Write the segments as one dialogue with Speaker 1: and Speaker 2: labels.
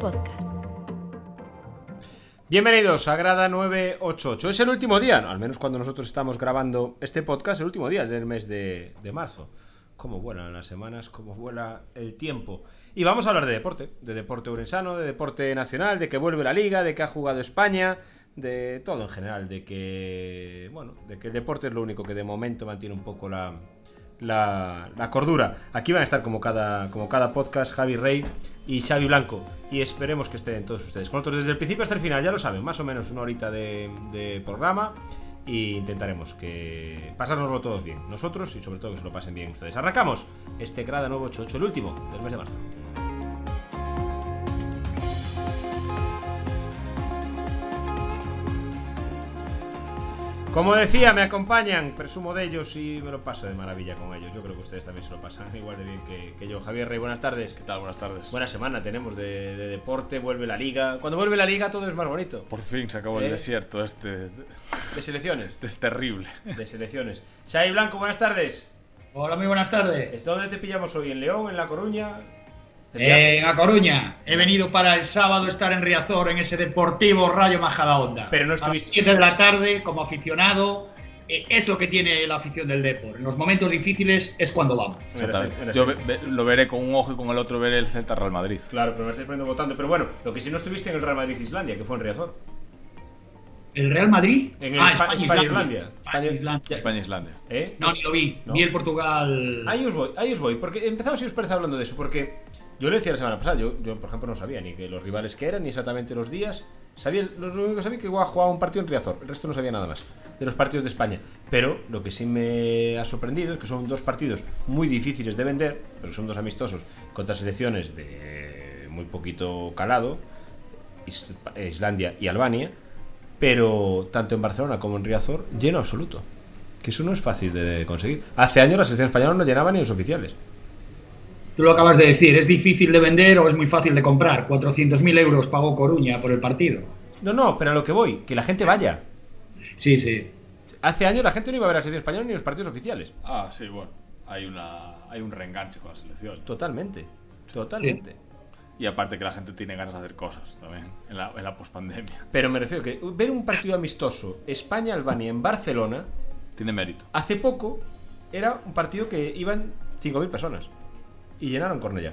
Speaker 1: podcast.
Speaker 2: Bienvenidos a Grada 988. Es el último día, no, al menos cuando nosotros estamos grabando este podcast, el último día del mes de, de marzo. Cómo vuelan las semanas, cómo vuela el tiempo. Y vamos a hablar de deporte, de deporte urensano, de deporte nacional, de que vuelve la liga, de que ha jugado España, de todo en general, de que, bueno, de que el deporte es lo único que de momento mantiene un poco la, la, la cordura. Aquí van a estar como cada, como cada podcast Javi Rey y Xavi Blanco. Y esperemos que estén todos ustedes con nosotros desde el principio hasta el final, ya lo saben, más o menos una horita de, de programa. Y intentaremos que pasárnoslo todos bien, nosotros y sobre todo que se lo pasen bien ustedes. Arrancamos este Grada 988, el último del mes de marzo. Como decía, me acompañan, presumo de ellos y me lo paso de maravilla con ellos. Yo creo que ustedes también se lo pasan igual de bien que, que yo. Javier Rey, buenas tardes.
Speaker 3: ¿Qué tal? Buenas tardes.
Speaker 2: Buena semana tenemos de, de deporte, vuelve la liga. Cuando vuelve la liga todo es más bonito.
Speaker 3: Por fin se acabó
Speaker 2: Eh.
Speaker 3: el desierto este,
Speaker 2: De selecciones.
Speaker 3: este terrible.
Speaker 2: De selecciones. Xavi Blanco, buenes tardes.
Speaker 4: Hola, muy buenas tardes.
Speaker 2: ¿Está- ¿Dónde te pillamos hoy? ¿En León? ¿En La Coruña? ¿Te pillamos-
Speaker 4: Eh, en A Coruña, he venido para el sábado estar en Riazor en ese deportivo Rayo Majadahonda.
Speaker 2: Pero no
Speaker 4: A las
Speaker 2: estuviste-
Speaker 4: 7 de la tarde, como aficionado, eh, es lo que tiene la afición del Depor. En los momentos difíciles es cuando vamos.
Speaker 3: Total.
Speaker 2: en el
Speaker 3: Yo
Speaker 2: centro.
Speaker 3: ve- ve- lo veré con un ojo y con el otro veré el Celta Real Madrid.
Speaker 2: Claro, pero me estáis poniendo votando. Pero bueno, lo que sí no estuviste en el Real Madrid Islandia, que fue en Riazor.
Speaker 4: ¿El Real Madrid? Ah,
Speaker 2: En el Espa- España-Islandia.
Speaker 4: España-Islandia.
Speaker 3: España-Islandia.
Speaker 2: ¿Eh?
Speaker 4: No, ni lo vi.
Speaker 2: No.
Speaker 4: Ni el Portugal.
Speaker 2: Ahí os voy, ahí os voy, porque empezamos si os parece hablando de eso, porque yo lo decía la semana pasada, yo, yo, por ejemplo no sabía ni que los rivales que eran, ni exactamente los días, sabía, lo único que sabía que Guau jugaba un partido en Riazor, el resto no sabía nada más de los partidos de España, pero lo que sí me ha sorprendido es que son dos partidos muy difíciles de vender, pero son dos amistosos contra selecciones de muy poquito calado, Is- Islandia y Albania, pero tanto en Barcelona como en Riazor, lleno absoluto. Que eso no es fácil de conseguir. Hace años la selección española no llenaba ni los oficiales.
Speaker 4: Tú lo acabas de decir. ¿Es difícil de vender o es muy fácil de comprar? 400.000 euros pagó Coruña por el partido.
Speaker 2: No, no, pero a lo que voy, que la gente vaya.
Speaker 4: Sí, sí.
Speaker 2: Hace años la gente no iba a ver a la selección española ni los partidos oficiales.
Speaker 3: Ah, sí, bueno. Hay, una, hay un reenganche con la selección.
Speaker 2: Totalmente. Totalmente.
Speaker 3: Y aparte que la gente tiene ganas de hacer cosas también en la, en la pospandemia.
Speaker 2: Pero me refiero que ver un partido amistoso España-Albania en Barcelona,
Speaker 3: Tiene mérito.
Speaker 2: hace poco era un partido que iban 5.000 personas. Y llenaron Cornellá.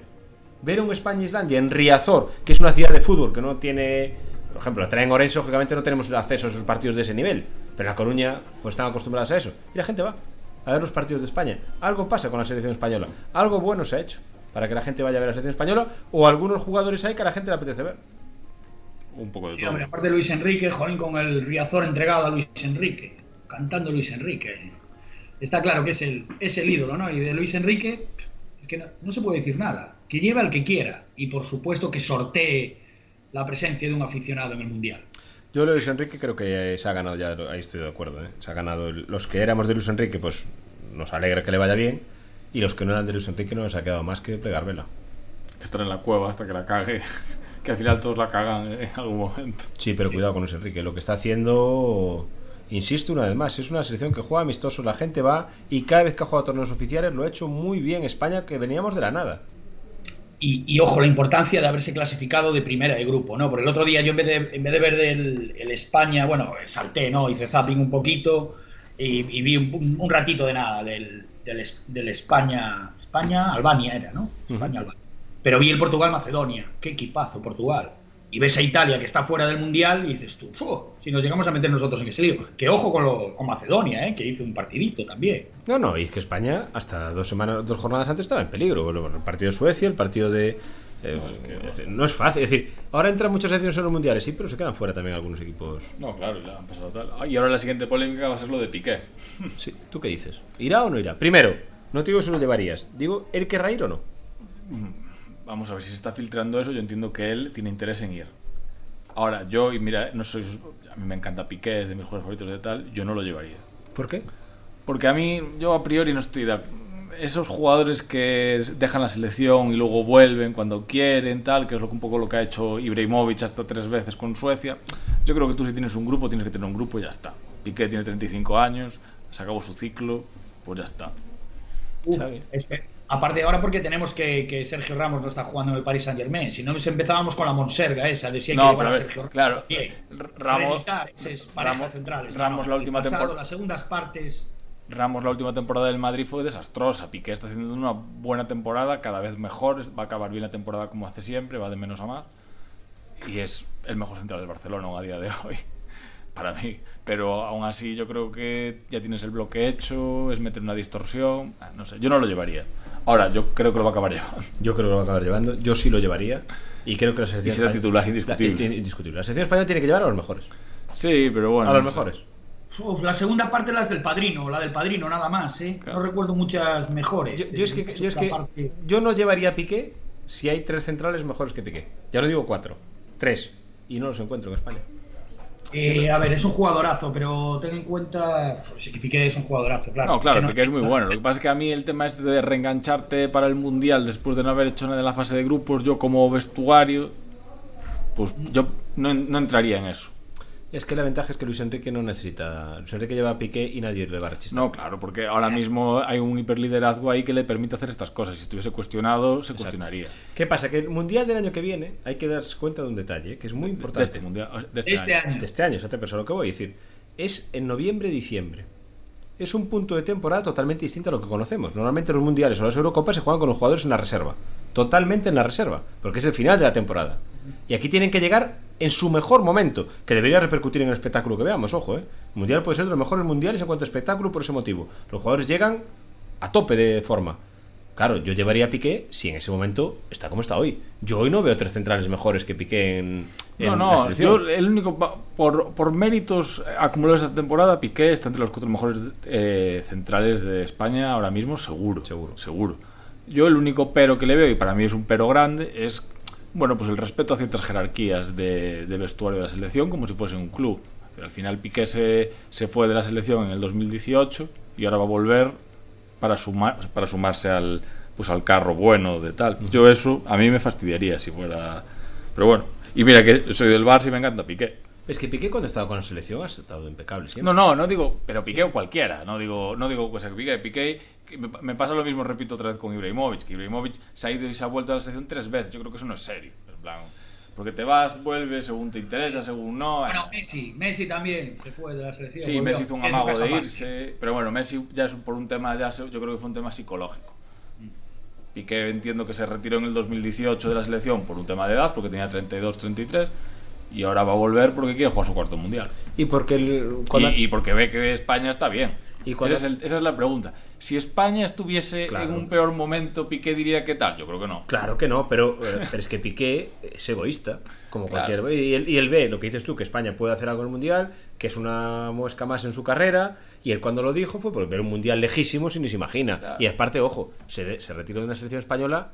Speaker 2: Ver un España-Islandia en Riazor, que es una ciudad de fútbol que no tiene. Por ejemplo, la traen Orense, lógicamente no tenemos acceso a esos partidos de ese nivel. Pero en La Coruña, pues están acostumbradas a eso. Y la gente va a ver los partidos de España. Algo pasa con la selección española. Algo bueno se ha hecho para que la gente vaya a ver la selección española. O algunos jugadores hay que a la gente le apetece ver.
Speaker 3: Un poco de
Speaker 4: Sí,
Speaker 3: todo.
Speaker 4: hombre, aparte Luis Enrique, jolín, con el Riazor entregado a Luis Enrique, cantando Luis Enrique. Está claro que es el, es el ídolo, ¿no? Y de Luis Enrique, es que no, no se puede decir nada. Que lleve al que quiera. Y por supuesto que sortee la presencia de un aficionado en el Mundial.
Speaker 2: Yo lo de Luis Enrique creo que eh, se ha ganado ya, lo- ahí estoy de acuerdo, ¿eh? se ha ganado el- los que éramos de Luis Enrique, pues nos alegra que le vaya bien, y los que no eran de Luis Enrique no nos ha quedado más que plegar vela.
Speaker 3: Que estar en la cueva hasta que la cague. Que al final todos la cagan en algún momento.
Speaker 2: Sí, pero cuidado con Luis Enrique, lo que está haciendo, insisto una vez más, es una selección que juega amistoso, la gente va, y cada vez que ha jugado torneos oficiales lo ha hecho muy bien España, que veníamos de la nada.
Speaker 4: Y, y, ojo, la importancia de haberse clasificado de primera de grupo, ¿no? Porque el otro día yo en vez de, en vez de ver del, el España, bueno, salté, ¿no? Hice zapping un poquito y, y vi un, un ratito de nada del, del, es- del España, España, Albania era, ¿no? España, Albania. Pero vi el Portugal-Macedonia, qué equipazo Portugal. Y ves a Italia que está fuera del Mundial y dices tú, "Fu, si nos llegamos a meter nosotros en ese lío. Que ojo con, lo- con Macedonia, ¿eh? Que hizo un partidito también.
Speaker 2: No, no, y es que España hasta dos semanas, dos jornadas antes estaba en peligro. Bueno, el partido de Suecia, el partido de. eh,
Speaker 3: No, es que-
Speaker 2: es decir, no es fácil. Es decir, ahora entran muchas selecciones en los mundiales, sí, pero se quedan fuera también algunos equipos.
Speaker 3: No, claro, ya han pasado tal. Ah, y ahora la siguiente polémica va a ser lo de Piqué.
Speaker 2: Sí, ¿tú qué dices? ¿Irá o no irá? Primero, no te digo si lo llevarías, digo, ¿él querrá ir o no?
Speaker 3: Vamos a ver si se está filtrando eso. Yo entiendo que él tiene interés en ir. Ahora, yo, y mira, no soy. A mí me encanta Piqué, es de mis jugadores favoritos de tal. Yo no lo llevaría.
Speaker 2: ¿Por qué?
Speaker 3: Porque a mí, yo a priori no estoy. de ac- esos jugadores que dejan la selección y luego vuelven cuando quieren, tal, que es lo, un poco lo que ha hecho Ibrahimovic hasta tres veces con Suecia. Yo creo que tú, si tienes un grupo, tienes que tener un grupo y ya está. Piqué tiene 35 años, se acabó su ciclo, pues ya está.
Speaker 4: Uf,
Speaker 2: Xavi.
Speaker 4: es que Aparte ahora porque tenemos que, que Sergio Ramos no está jugando en el Paris Saint Germain. Si no pues empezábamos con la monserga esa de si hay que
Speaker 3: No,
Speaker 4: llevar
Speaker 3: pero a
Speaker 4: a
Speaker 3: ver,
Speaker 4: Sergio Ramos.
Speaker 3: claro.
Speaker 4: Bien.
Speaker 3: R- Ramos-
Speaker 4: Reeditar esas parejas
Speaker 3: Ramos-
Speaker 4: centrales.
Speaker 3: Ramos la
Speaker 4: el
Speaker 3: última
Speaker 4: pasado,
Speaker 3: temporada-
Speaker 4: Las segundas partes.
Speaker 3: Ramos la última temporada del Madrid fue desastrosa. Piqué está haciendo una buena temporada, cada vez mejor, va a acabar bien la temporada como hace siempre, va de menos a más. Y es el mejor central del Barcelona a día de hoy, para mí. Pero aún así yo creo que ya tienes el bloque hecho, es meter una distorsión, ah, no sé, yo no lo llevaría. Ahora, yo creo que lo va a acabar llevando.
Speaker 2: Yo creo que lo va a acabar llevando. Yo sí lo llevaría. Y creo que la selección.
Speaker 3: Y será
Speaker 2: española-
Speaker 3: titular indiscutible.
Speaker 2: La, eh, indiscutible. La selección española tiene que llevar a los mejores.
Speaker 3: Sí, pero bueno.
Speaker 2: a los
Speaker 3: no sé.
Speaker 2: mejores.
Speaker 4: Uf, la segunda parte las del padrino, la del padrino nada más, ¿eh?
Speaker 3: Claro.
Speaker 4: No recuerdo muchas mejores.
Speaker 2: Yo, yo es que,
Speaker 4: Eh,
Speaker 2: yo, es
Speaker 4: la
Speaker 2: que
Speaker 4: parte-
Speaker 2: yo no llevaría a Piqué si hay tres centrales mejores que Piqué. Ya lo digo cuatro. Tres. Y no los encuentro en España.
Speaker 4: Eh, a ver, es un jugadorazo, pero ten en cuenta. Sí, que Piqué es un jugadorazo, claro.
Speaker 3: No, claro,
Speaker 4: Que
Speaker 3: Piqué es muy bueno. Lo que pasa es que a mí el tema este de reengancharte para el Mundial después de no haber hecho nada en la fase de grupos, yo como vestuario, pues yo no, no entraría en eso.
Speaker 2: Es que la ventaja es que Luis Enrique no necesita. Luis Enrique lleva a Piqué y nadie le va a rechistar.
Speaker 3: No, claro, porque ahora mismo hay un hiperliderazgo ahí que le permite hacer estas cosas. Si estuviese cuestionado, se cuestionaría.
Speaker 2: ¿Qué pasa? Que el mundial del año que viene hay que darse cuenta de un detalle ¿eh? que es muy
Speaker 3: De
Speaker 2: importante.
Speaker 3: este Mundial. De este,
Speaker 4: Este
Speaker 3: año.
Speaker 4: año.
Speaker 2: de este año, o sea, te- pero lo que voy a decir. Es en noviembre-diciembre. Es un punto de temporada totalmente distinto a lo que conocemos. Normalmente los mundiales o las Eurocopas se juegan con los jugadores en la reserva. Totalmente en la reserva, porque es el final de la temporada. Y aquí tienen que llegar en su mejor momento, que debería repercutir en el espectáculo que veamos, ojo, ¿eh? El mundial puede ser de los mejores mundiales en cuanto a espectáculo por ese motivo. Los jugadores llegan a tope de forma. Claro, yo llevaría a Piqué si en ese momento está como está hoy. Yo hoy no veo tres centrales mejores que Piqué en, en la
Speaker 3: No, no,
Speaker 2: selección.
Speaker 3: yo el único, pa- por, por méritos acumulados esta temporada, Piqué está entre los cuatro mejores eh, centrales de España ahora mismo, seguro.
Speaker 2: Seguro.
Speaker 3: Seguro. Yo el único pero que le veo, y para mí es un pero grande, es, bueno, pues el respeto a ciertas jerarquías de, de vestuario de la selección como si fuese un club. Pero al final Piqué se, se fue de la selección en el 2018 y ahora va a volver para, sumar, para sumarse al, pues al carro bueno de tal. Yo eso a mí me fastidiaría si fuera... Pero bueno, y mira que soy del Barça y me encanta Piqué.
Speaker 2: Es que Piqué cuando ha estado con la selección ha estado impecable siempre.
Speaker 3: No, no, no digo, pero Piqué o cualquiera, no digo, no digo pues, que Piqué, Piqué, que me, me pasa lo mismo, repito otra vez con Ibrahimovic, que Ibrahimovic se ha ido y se ha vuelto a la selección tres veces, yo creo que eso no es serio, en plan, porque te vas, vuelves, según te interesa, según no, eh.
Speaker 4: Bueno, Messi, Messi también se fue de la selección.
Speaker 3: sí,
Speaker 4: volvió.
Speaker 3: Messi hizo un
Speaker 4: Es
Speaker 3: amago
Speaker 4: caso
Speaker 3: de
Speaker 4: aparte.
Speaker 3: irse, pero bueno, Messi ya es por un tema, ya se- yo creo que fue un tema psicológico. Piqué entiendo que se retiró en el 2018 de la selección por un tema de edad, porque tenía 32, 33, y ahora va a volver porque quiere jugar su cuarto mundial.
Speaker 2: Y porque el, cuando-
Speaker 3: Y, y porque ve que España está bien.
Speaker 2: Y cuando-
Speaker 3: Ese es el- esa es la pregunta. Si España estuviese
Speaker 2: Claro.
Speaker 3: en un peor momento, Piqué diría que tal. Yo creo que no.
Speaker 2: Claro que no, pero, eh, pero es que Piqué es egoísta, como
Speaker 3: Claro.
Speaker 2: cualquier. Y él, y él ve lo que dices tú, que España puede hacer algo en el mundial, que es una muesca más en su carrera, y él cuando lo dijo fue por ver un mundial lejísimo si ni se imagina.
Speaker 3: Claro.
Speaker 2: Y aparte, ojo, se, de- se retiró de una selección española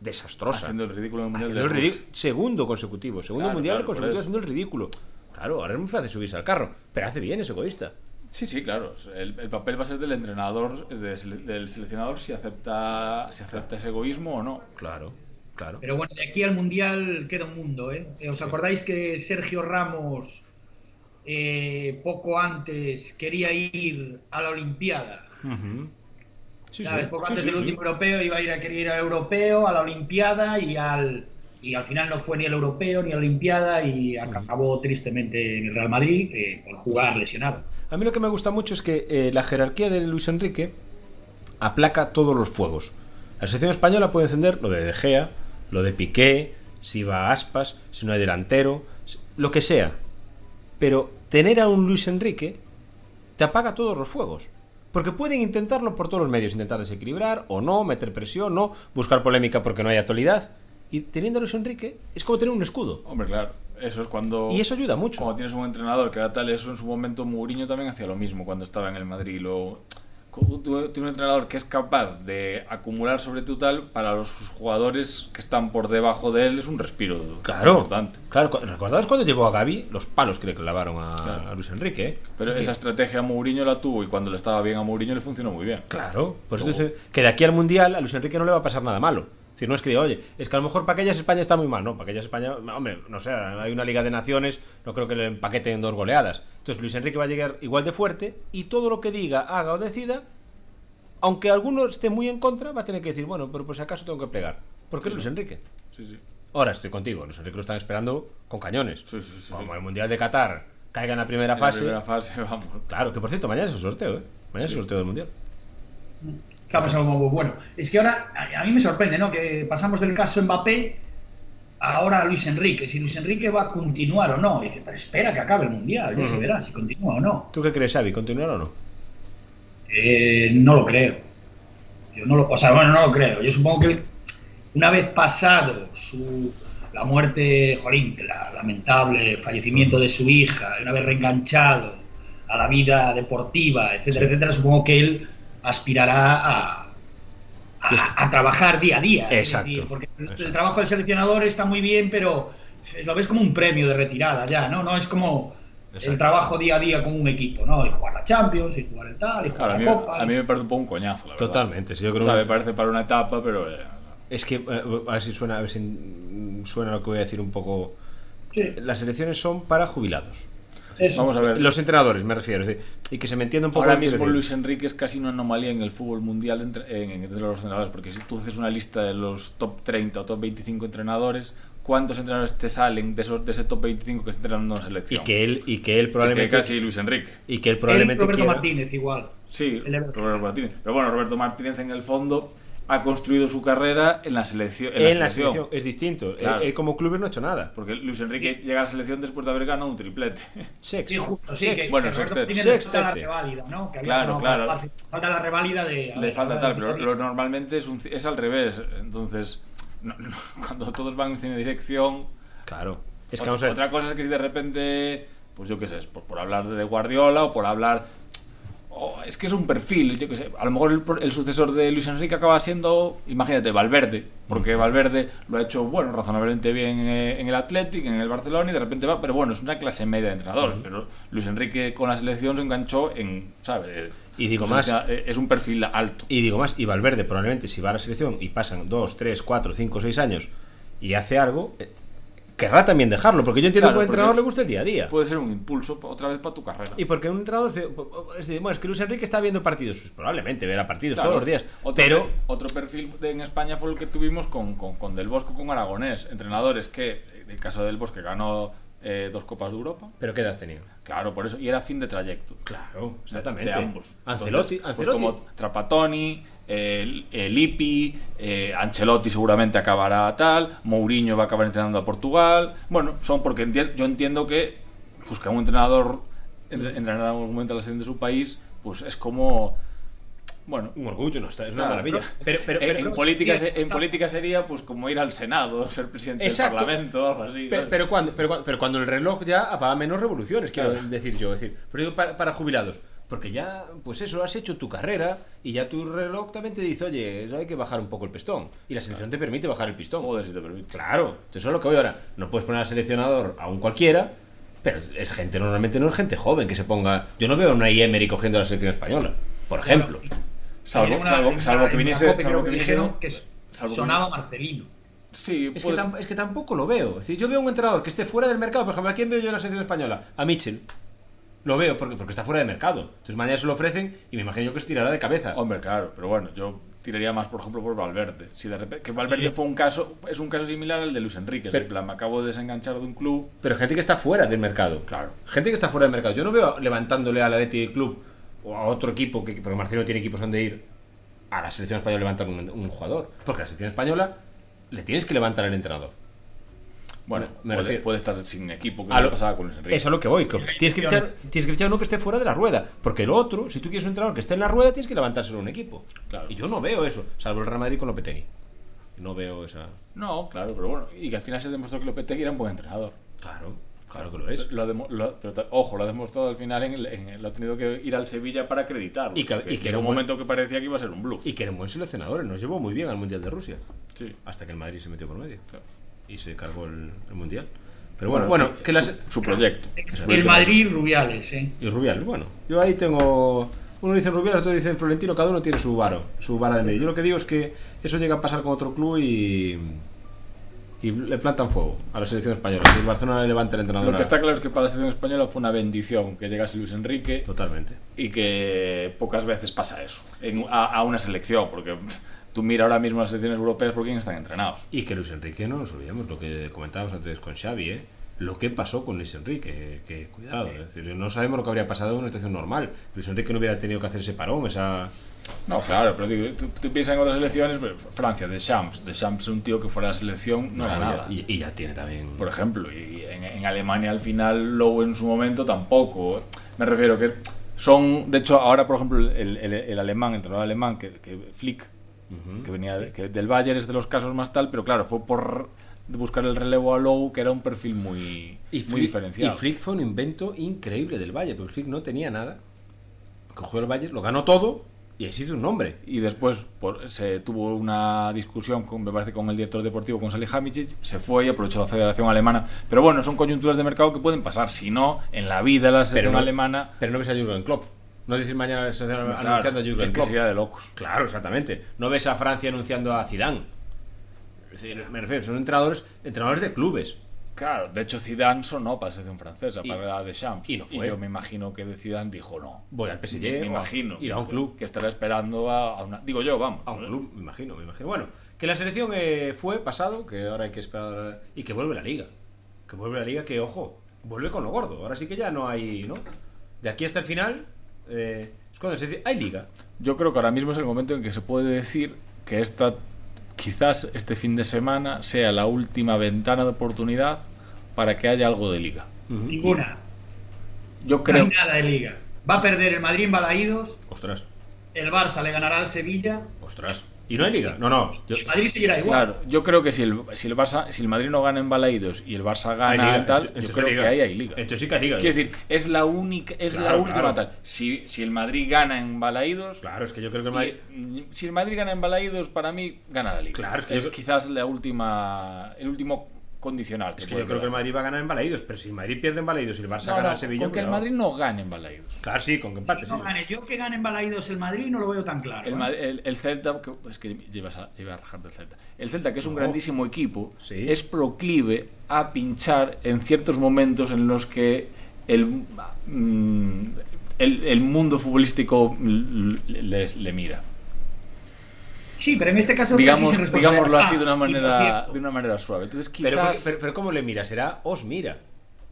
Speaker 2: desastrosa.
Speaker 3: Haciendo el ridículo en el Mundial
Speaker 2: Haciendo
Speaker 3: de
Speaker 2: el
Speaker 3: Rusia.
Speaker 2: ridículo. Segundo consecutivo, segundo
Speaker 3: Claro,
Speaker 2: mundial
Speaker 3: claro, por
Speaker 2: consecutivo
Speaker 3: eso.
Speaker 2: haciendo el ridículo. Claro, ahora es muy fácil subirse al carro, pero hace bien, es egoísta.
Speaker 3: Sí, sí, claro. El, el papel va a ser del entrenador, de sele- del seleccionador, si acepta, si acepta ese egoísmo o no.
Speaker 2: Claro, claro.
Speaker 4: Pero bueno, de aquí al Mundial queda un mundo, ¿eh? Eh, ¿Os acordáis que Sergio Ramos eh, poco antes quería ir a la Olimpiada?
Speaker 2: Ujú. Sí,
Speaker 4: ¿Sabes?
Speaker 2: sí,
Speaker 4: Poco
Speaker 2: sí,
Speaker 4: antes
Speaker 2: sí,
Speaker 4: del
Speaker 2: sí.
Speaker 4: último europeo iba a ir a querer ir al europeo, a la Olimpiada y al y al final no fue ni el europeo ni la Olimpiada y acabó tristemente en el Real Madrid eh, por jugar lesionado.
Speaker 2: A mí lo que me gusta mucho es que eh, la jerarquía de Luis Enrique aplaca todos los fuegos. La selección española puede encender lo de De Gea, lo de Piqué, si va a Aspas, si no hay delantero, si- lo que sea. Pero tener a un Luis Enrique te apaga todos los fuegos. Porque pueden intentarlo por todos los medios, intentar desequilibrar o no, meter presión, no, buscar polémica porque no hay actualidad. Y teniendo a Luis Enrique es como tener un escudo.
Speaker 3: Hombre, claro. Eso es cuando.
Speaker 2: Y eso ayuda
Speaker 3: Cuando
Speaker 2: mucho.
Speaker 3: tienes un entrenador que da tal, eso en su momento Mourinho también hacía lo mismo cuando estaba en el Madrid. Lo, cu- tú- tiene un entrenador que es capaz de acumular sobre tu tal para los sus jugadores que están por debajo de él es un respiro
Speaker 2: Claro.
Speaker 3: importante.
Speaker 2: Claro, cu- recordaos cuando llevó a Gaby los palos que le clavaron a,
Speaker 3: Claro.
Speaker 2: a Luis Enrique. ¿eh?
Speaker 3: Pero
Speaker 2: Que-
Speaker 3: esa estrategia Mourinho la tuvo y cuando le estaba bien a Mourinho le funcionó muy bien.
Speaker 2: Claro, pues entonces, que de aquí al Mundial a Luis Enrique no le va a pasar nada malo. Es decir, no es que diga, oye, es que a lo mejor para aquellas España está muy mal, no, para aquellas España, hombre, no sé, hay una Liga de Naciones, no creo que le empaqueten dos goleadas. Entonces Luis Enrique va a llegar igual de fuerte y todo lo que diga, haga o decida aunque alguno esté muy en contra, va a tener que decir, bueno, pero pues acaso tengo que plegar. ¿Por qué Luis Enrique?
Speaker 3: Sí, sí.
Speaker 2: Ahora estoy contigo, Luis Enrique lo están esperando con cañones.
Speaker 3: Sí, sí, sí.
Speaker 2: Como el Mundial de Qatar caiga en la primera
Speaker 3: En la
Speaker 2: fase.
Speaker 3: primera fase, vamos.
Speaker 2: Claro, que por cierto, mañana es el sorteo, ¿eh? Mañana es el sorteo del Mundial.
Speaker 4: que ha pasado como bueno. Es que ahora a, a mí me sorprende, ¿no? Que pasamos del caso Mbappé ahora a Luis Enrique. Si Luis Enrique va a continuar o no. Dice, pero espera que acabe el mundial, ya se verá si continúa o no.
Speaker 2: ¿Tú qué crees, Xavi? ¿Continuar o no?
Speaker 4: Eh, no lo creo. Yo no lo, o sea, bueno, no lo creo. Yo supongo que una vez pasado su, la muerte, jolín, la lamentable fallecimiento de su hija, una vez reenganchado a la vida deportiva, etcétera, etcétera, supongo que él aspirará a, a, a trabajar día a día. Es
Speaker 2: Exacto,
Speaker 4: decir, porque el, el
Speaker 2: exacto.
Speaker 4: trabajo del seleccionador está muy bien, pero lo ves como un premio de retirada ya, ¿no? No es como
Speaker 2: Exacto.
Speaker 4: el trabajo día a día con un equipo, ¿no? Y jugar la Champions, y jugar el tal, y jugar
Speaker 3: Claro, a mí,
Speaker 4: la Copa.
Speaker 3: a mí me parece un poco un coñazo, la verdad.
Speaker 2: Totalmente. sí, yo
Speaker 3: O
Speaker 2: creo
Speaker 3: sea,
Speaker 2: que-
Speaker 3: me parece para una etapa, pero. eh,
Speaker 2: Es que, eh, a ver si suena, a ver si mm, suena lo que voy a decir un poco.
Speaker 4: Sí.
Speaker 2: Las elecciones son para jubilados.
Speaker 4: Eso.
Speaker 3: vamos a ver.
Speaker 2: Los entrenadores, me refiero. es decir, y que se me entienda un poco
Speaker 3: Ahora
Speaker 2: lo que
Speaker 3: mismo
Speaker 2: quiero
Speaker 3: Luis
Speaker 2: decir.
Speaker 3: Enrique es casi una anomalía en el fútbol mundial entre, en- entre los entrenadores, porque si tú haces una lista de los top 30 o top 25 entrenadores, ¿cuántos entrenadores te salen de, esos, de ese top 25 que está entrenando en
Speaker 2: Y
Speaker 3: selección?
Speaker 2: que él, y que él
Speaker 3: Es que
Speaker 2: probablemente.
Speaker 3: casi Luis Enrique.
Speaker 2: Y que él
Speaker 4: Él y
Speaker 2: probablemente.
Speaker 4: Roberto
Speaker 2: quiera-
Speaker 4: Martínez igual.
Speaker 3: Sí,
Speaker 4: El Everton.
Speaker 3: Roberto Martínez. Pero bueno, Roberto Martínez en el fondo ha construido su carrera en la selección.
Speaker 2: en
Speaker 3: En, la
Speaker 2: la
Speaker 3: selección.
Speaker 2: selección es distinto. Él-
Speaker 3: Claro.
Speaker 2: Él, como club no ha hecho nada.
Speaker 3: Porque Luis Enrique llega a la selección después de haber ganado un triplete.
Speaker 2: Sex.
Speaker 4: Sí, justo, sí,
Speaker 2: Sex.
Speaker 4: que-
Speaker 3: bueno,
Speaker 4: que Roberto
Speaker 3: sextete.
Speaker 4: Martínez le falta la
Speaker 2: Sextete.
Speaker 4: reválida, ¿no? Que había
Speaker 3: Claro,
Speaker 4: sonado
Speaker 3: claro.
Speaker 4: para- Falta la reválida de.
Speaker 3: Le falta tal, pero lo normalmente es, un ci- es al revés. Entonces, no- no, cuando todos van en dirección.
Speaker 2: Claro. Es que
Speaker 3: otra,
Speaker 2: vamos a ver.
Speaker 3: otra cosa es que si de repente, pues yo qué sé, es por, por hablar de Guardiola o por hablar. o es que es un perfil, yo qué sé. A lo mejor el, pro- el sucesor de Luis Enrique acaba siendo, imagínate, Valverde. Porque Valverde lo ha hecho, bueno, razonablemente bien eh, en el Athletic, en el Barcelona y de repente va, pero bueno, es una clase media de entrenador. Pero Luis Enrique con la selección se enganchó en, ¿sabes?
Speaker 2: Y digo
Speaker 3: O sea,
Speaker 2: más.
Speaker 3: eh, Es un perfil alto.
Speaker 2: Y digo más, y Valverde probablemente si va a la selección y pasan 2, 3, 4, 5, 6 años y hace algo, eh, querrá también dejarlo, porque yo entiendo
Speaker 3: Claro,
Speaker 2: que a un
Speaker 3: porque-
Speaker 2: entrenador le gusta el día a día.
Speaker 3: Puede ser un impulso pa- otra vez para tu carrera.
Speaker 2: y porque un entrenador dice, es decir, bueno, es que Luis Enrique está viendo partidos, pues probablemente verá partidos
Speaker 3: Claro,
Speaker 2: todos los días,
Speaker 3: Otro,
Speaker 2: pero
Speaker 3: otro perfil de- en España fue el que tuvimos con, con- con Del Bosco, con Aragonés. Entrenadores que, en el caso de Del Bosque, ganó eh, dos Copas de Europa.
Speaker 2: pero qué edad tenía?
Speaker 3: Claro, por eso. Y era fin de trayecto.
Speaker 2: Claro,
Speaker 3: De-
Speaker 2: exactamente.
Speaker 3: De ambos.
Speaker 2: Ancelotti,
Speaker 3: Entonces, pues
Speaker 2: Ancelotti.
Speaker 3: como Trapatoni, el, el Lippi, eh, Ancelotti seguramente acabará tal, Mourinho va a acabar entrenando a Portugal. Bueno, son porque enti- yo entiendo que buscar un entrenador, entre- entrenar en algún momento a la selección de su país, pues es como. Bueno,
Speaker 2: un orgullo, no, está, es una
Speaker 3: Claro.
Speaker 2: maravilla. Pero, pero,
Speaker 3: en,
Speaker 2: pero-
Speaker 3: en política,
Speaker 4: tío,
Speaker 3: se- en
Speaker 4: está-
Speaker 3: política sería pues como ir al Senado, ser presidente
Speaker 2: Exacto.
Speaker 3: del Parlamento, algo así.
Speaker 2: Pero,
Speaker 3: ¿sabes?
Speaker 2: pero cuando, pero, cuando- pero cuando el reloj ya apaga menos revoluciones, quiero
Speaker 3: Claro.
Speaker 2: decir yo. Es decir, pero digo para, para jubilados. Porque ya, pues eso, has hecho tu carrera y ya tu reloj también te dice, oye, hay que bajar un poco el pistón. Y la selección te permite bajar el pistón.
Speaker 3: Joder, si te permite.
Speaker 2: Claro, entonces eso es lo que voy ahora. No puedes poner al seleccionador a un cualquiera, pero es gente, normalmente no es gente joven que se ponga. Yo no veo a una IEMERI cogiendo a la selección española, por ejemplo.
Speaker 3: Salvo, salvo- salvo que viniese. Salvo que viniese
Speaker 4: Dijeron que
Speaker 3: salvo que
Speaker 4: sonaba Marcelino.
Speaker 3: Sí,
Speaker 2: Es que,
Speaker 3: puede-
Speaker 2: tam- es que tampoco lo veo. Es decir, yo veo un entrenador que esté fuera del mercado. Por ejemplo, ¿a quién veo yo en la selección española? A Mitchell. Lo veo porque, porque está fuera de mercado. Entonces mañana se lo ofrecen y me imagino que os tirará de cabeza.
Speaker 3: Hombre, claro, pero bueno, yo tiraría más, por ejemplo, por Valverde. Si de repente, que Valverde fue un caso, es un caso similar al de Luis Enrique.
Speaker 2: Pero-
Speaker 3: en plan, me acabo de desenganchar de un club.
Speaker 2: Pero gente que está fuera del mercado.
Speaker 3: Claro.
Speaker 2: Gente que está fuera del mercado. Yo no veo levantándole al Atleti del club o a otro equipo, que, porque Marcelo tiene equipos donde ir, a la selección española levantar un, un jugador. Porque a la selección española le tienes que levantar al entrenador.
Speaker 3: Bueno,
Speaker 2: Me
Speaker 3: puede,
Speaker 2: refiero-
Speaker 3: puede estar sin equipo, que
Speaker 2: A
Speaker 3: lo
Speaker 2: lo-
Speaker 3: pasaba con Luis Enrique.
Speaker 2: Es a lo que voy. que tienes, que fichar, tienes que fichar uno que esté fuera de la rueda. Porque el otro, si tú quieres un entrenador que esté en la rueda, tienes que levantárselo a un equipo.
Speaker 3: Claro.
Speaker 2: Y yo no veo eso, salvo el Real Madrid con Lopetegui. No veo esa.
Speaker 3: No, claro, pero bueno. Y que al final se demostró que Lopetegui era un buen entrenador.
Speaker 2: Claro, claro que lo es.
Speaker 3: Lo ha demo- lo- pero ta- ojo, lo ha demostrado al final, en el- en el- lo ha tenido que ir al Sevilla para acreditarlo.
Speaker 2: Y que-
Speaker 3: porque
Speaker 2: y que
Speaker 3: llegó
Speaker 2: era
Speaker 3: un
Speaker 2: un buen-
Speaker 3: momento que parecía que iba a ser un bluff.
Speaker 2: Y que era un buen seleccionador, nos llevó muy bien al Mundial de Rusia.
Speaker 3: Sí,
Speaker 2: Hasta que el Madrid se metió por medio
Speaker 3: claro.
Speaker 2: y se cargó el, el Mundial. Pero bueno, bueno, que
Speaker 3: su,
Speaker 2: las.
Speaker 3: su proyecto. su
Speaker 4: El
Speaker 3: proyecto.
Speaker 4: Madrid Rubiales, ¿eh?
Speaker 2: Y Rubial, bueno, yo ahí tengo. Uno dice Rubial, otro dice Florentino, cada uno tiene su varo, su vara de medio. Yo lo que digo es que eso llega a pasar con otro club y. y le plantan fuego a la selección española. Si el Barcelona le levanta el entrenador.
Speaker 3: Lo que está claro es que para la selección española fue una bendición que llegase Luis Enrique
Speaker 2: Totalmente.
Speaker 3: y que pocas veces pasa eso en- a, a una selección, porque tú mira ahora mismo las selecciones europeas por quién están entrenados.
Speaker 2: Y que Luis Enrique, no nos olvidemos lo que comentábamos antes con Xavi, ¿eh? lo que pasó con Luis Enrique, que cuidado, es decir, no sabemos lo que habría pasado en una situación normal. Luis Enrique no hubiera tenido que hacer ese parón, esa...
Speaker 3: No, claro, pero digo, tú, tú piensas en otras selecciones, pero Francia, de Champs, de Champs un tío que fuera de la selección no, era
Speaker 2: Bueno,
Speaker 3: nada.
Speaker 2: Y, y ya tiene también...
Speaker 3: por ejemplo. Y en, en Alemania al final Lowe en su momento tampoco. Me refiero que son, de hecho, ahora por ejemplo el, el- el alemán, el entrenador alemán, que, que Flick,
Speaker 2: Ujú.
Speaker 3: que venía de- que del Bayern es de los casos más tal, pero claro, fue por buscar el relevo a Lowe, que era un perfil muy,
Speaker 2: Y
Speaker 3: muy
Speaker 2: Flick,
Speaker 3: diferenciado.
Speaker 2: y Flick fue un invento increíble del Valle, porque Flick no tenía nada. Cogió el Valle, lo ganó todo y ahí se hizo un nombre.
Speaker 3: Y después por- se tuvo una discusión, con, me parece, con el director deportivo, con Salihamidzic, se fue y aprovechó la Federación Alemana. Pero bueno, son coyunturas de mercado que pueden pasar. Si no, en la vida la selección
Speaker 2: no-
Speaker 3: alemana...
Speaker 2: Pero no ves a Jürgen Klopp. No dices mañana la selección anunciando a
Speaker 3: Claro,
Speaker 2: Jürgen
Speaker 3: es que
Speaker 2: Klopp.
Speaker 3: sería de locos.
Speaker 2: Claro, exactamente. No ves a Francia anunciando a Zidane. Es decir, me refiero, son entrenadores, entrenadores de clubes.
Speaker 3: Claro, de hecho Zidane sonó para la selección francesa,
Speaker 2: Y-
Speaker 3: para la de Champs.
Speaker 2: y no fue.
Speaker 3: yo me imagino que de Zidane dijo no.
Speaker 2: Voy al PSG.
Speaker 3: me
Speaker 2: o a-
Speaker 3: imagino.
Speaker 2: Ir a un club.
Speaker 3: Que estará esperando a, a una... Digo yo, vamos.
Speaker 2: A un club, me imagino, me imagino. Bueno, que la selección eh, fue pasado, que ahora hay que esperar. Y que vuelve la liga. Que vuelve la liga, que ojo, vuelve con lo gordo. Ahora sí que ya no hay, ¿no? De aquí hasta el final eh, es cuando se dice, hay liga.
Speaker 3: Yo creo que ahora mismo es el momento en que se puede decir que esta, quizás este fin de semana sea la última ventana de oportunidad para que haya algo de liga.
Speaker 4: Ninguna.
Speaker 3: Yo
Speaker 4: No
Speaker 3: creo...
Speaker 4: hay nada de liga. Va a perder el Madrid en Balaídos,
Speaker 2: Ostras,
Speaker 4: el Barça le ganará al Sevilla
Speaker 2: ostras. Y no hay liga. No, no. yo-
Speaker 4: y el Madrid seguirá igual.
Speaker 3: Claro, yo creo que si el, si el Barça, si el Madrid no gana en Balaídos y el Barça
Speaker 2: hay
Speaker 3: gana
Speaker 2: liga,
Speaker 3: tal,
Speaker 2: entonces-
Speaker 3: yo
Speaker 2: entonces
Speaker 3: creo
Speaker 2: hay liga.
Speaker 3: que ahí hay liga.
Speaker 2: Entonces sí que hay liga.
Speaker 3: Quiero decir, es la única, es la
Speaker 2: Claro,
Speaker 3: última
Speaker 2: claro.
Speaker 3: tal. Si, si el Madrid gana en Balaídos,
Speaker 2: Claro, es que yo creo que el Madrid.
Speaker 3: y, mm, si el Madrid gana en Balaídos, para mí gana la liga.
Speaker 2: Claro, es que yo-
Speaker 3: quizás la última, el último condicional.
Speaker 2: Es que yo creo que el Madrid va a ganar en Balaídos, pero si el Madrid pierde en Balaídos y el Barça
Speaker 3: no,
Speaker 2: gana
Speaker 3: no,
Speaker 2: en Sevilla.
Speaker 3: con que el
Speaker 2: cuidado.
Speaker 3: Madrid no gane en Balaídos.
Speaker 2: Claro, sí, con que empate.
Speaker 4: No
Speaker 2: sí.
Speaker 4: gane. Yo que gane en Balaídos el Madrid no lo veo tan claro.
Speaker 3: El,
Speaker 4: ¿eh?
Speaker 3: Ma- el- el Celta, que, es que llevas a, lleva a rajar del Celta. El Celta, que es un
Speaker 2: No.
Speaker 3: grandísimo equipo,
Speaker 2: Sí.
Speaker 3: es proclive a pinchar en ciertos momentos en los que el, mm, el, el mundo futbolístico l- les- le mira.
Speaker 4: Sí, pero en este caso casi
Speaker 3: Digamos,
Speaker 4: sin responsabilidad.
Speaker 3: digámoslo así de una
Speaker 4: Ah,
Speaker 3: manera,
Speaker 4: 100%.
Speaker 3: de una manera suave. Entonces quizás
Speaker 2: Pero, porque- pero- pero ¿cómo le mira? Será os mira.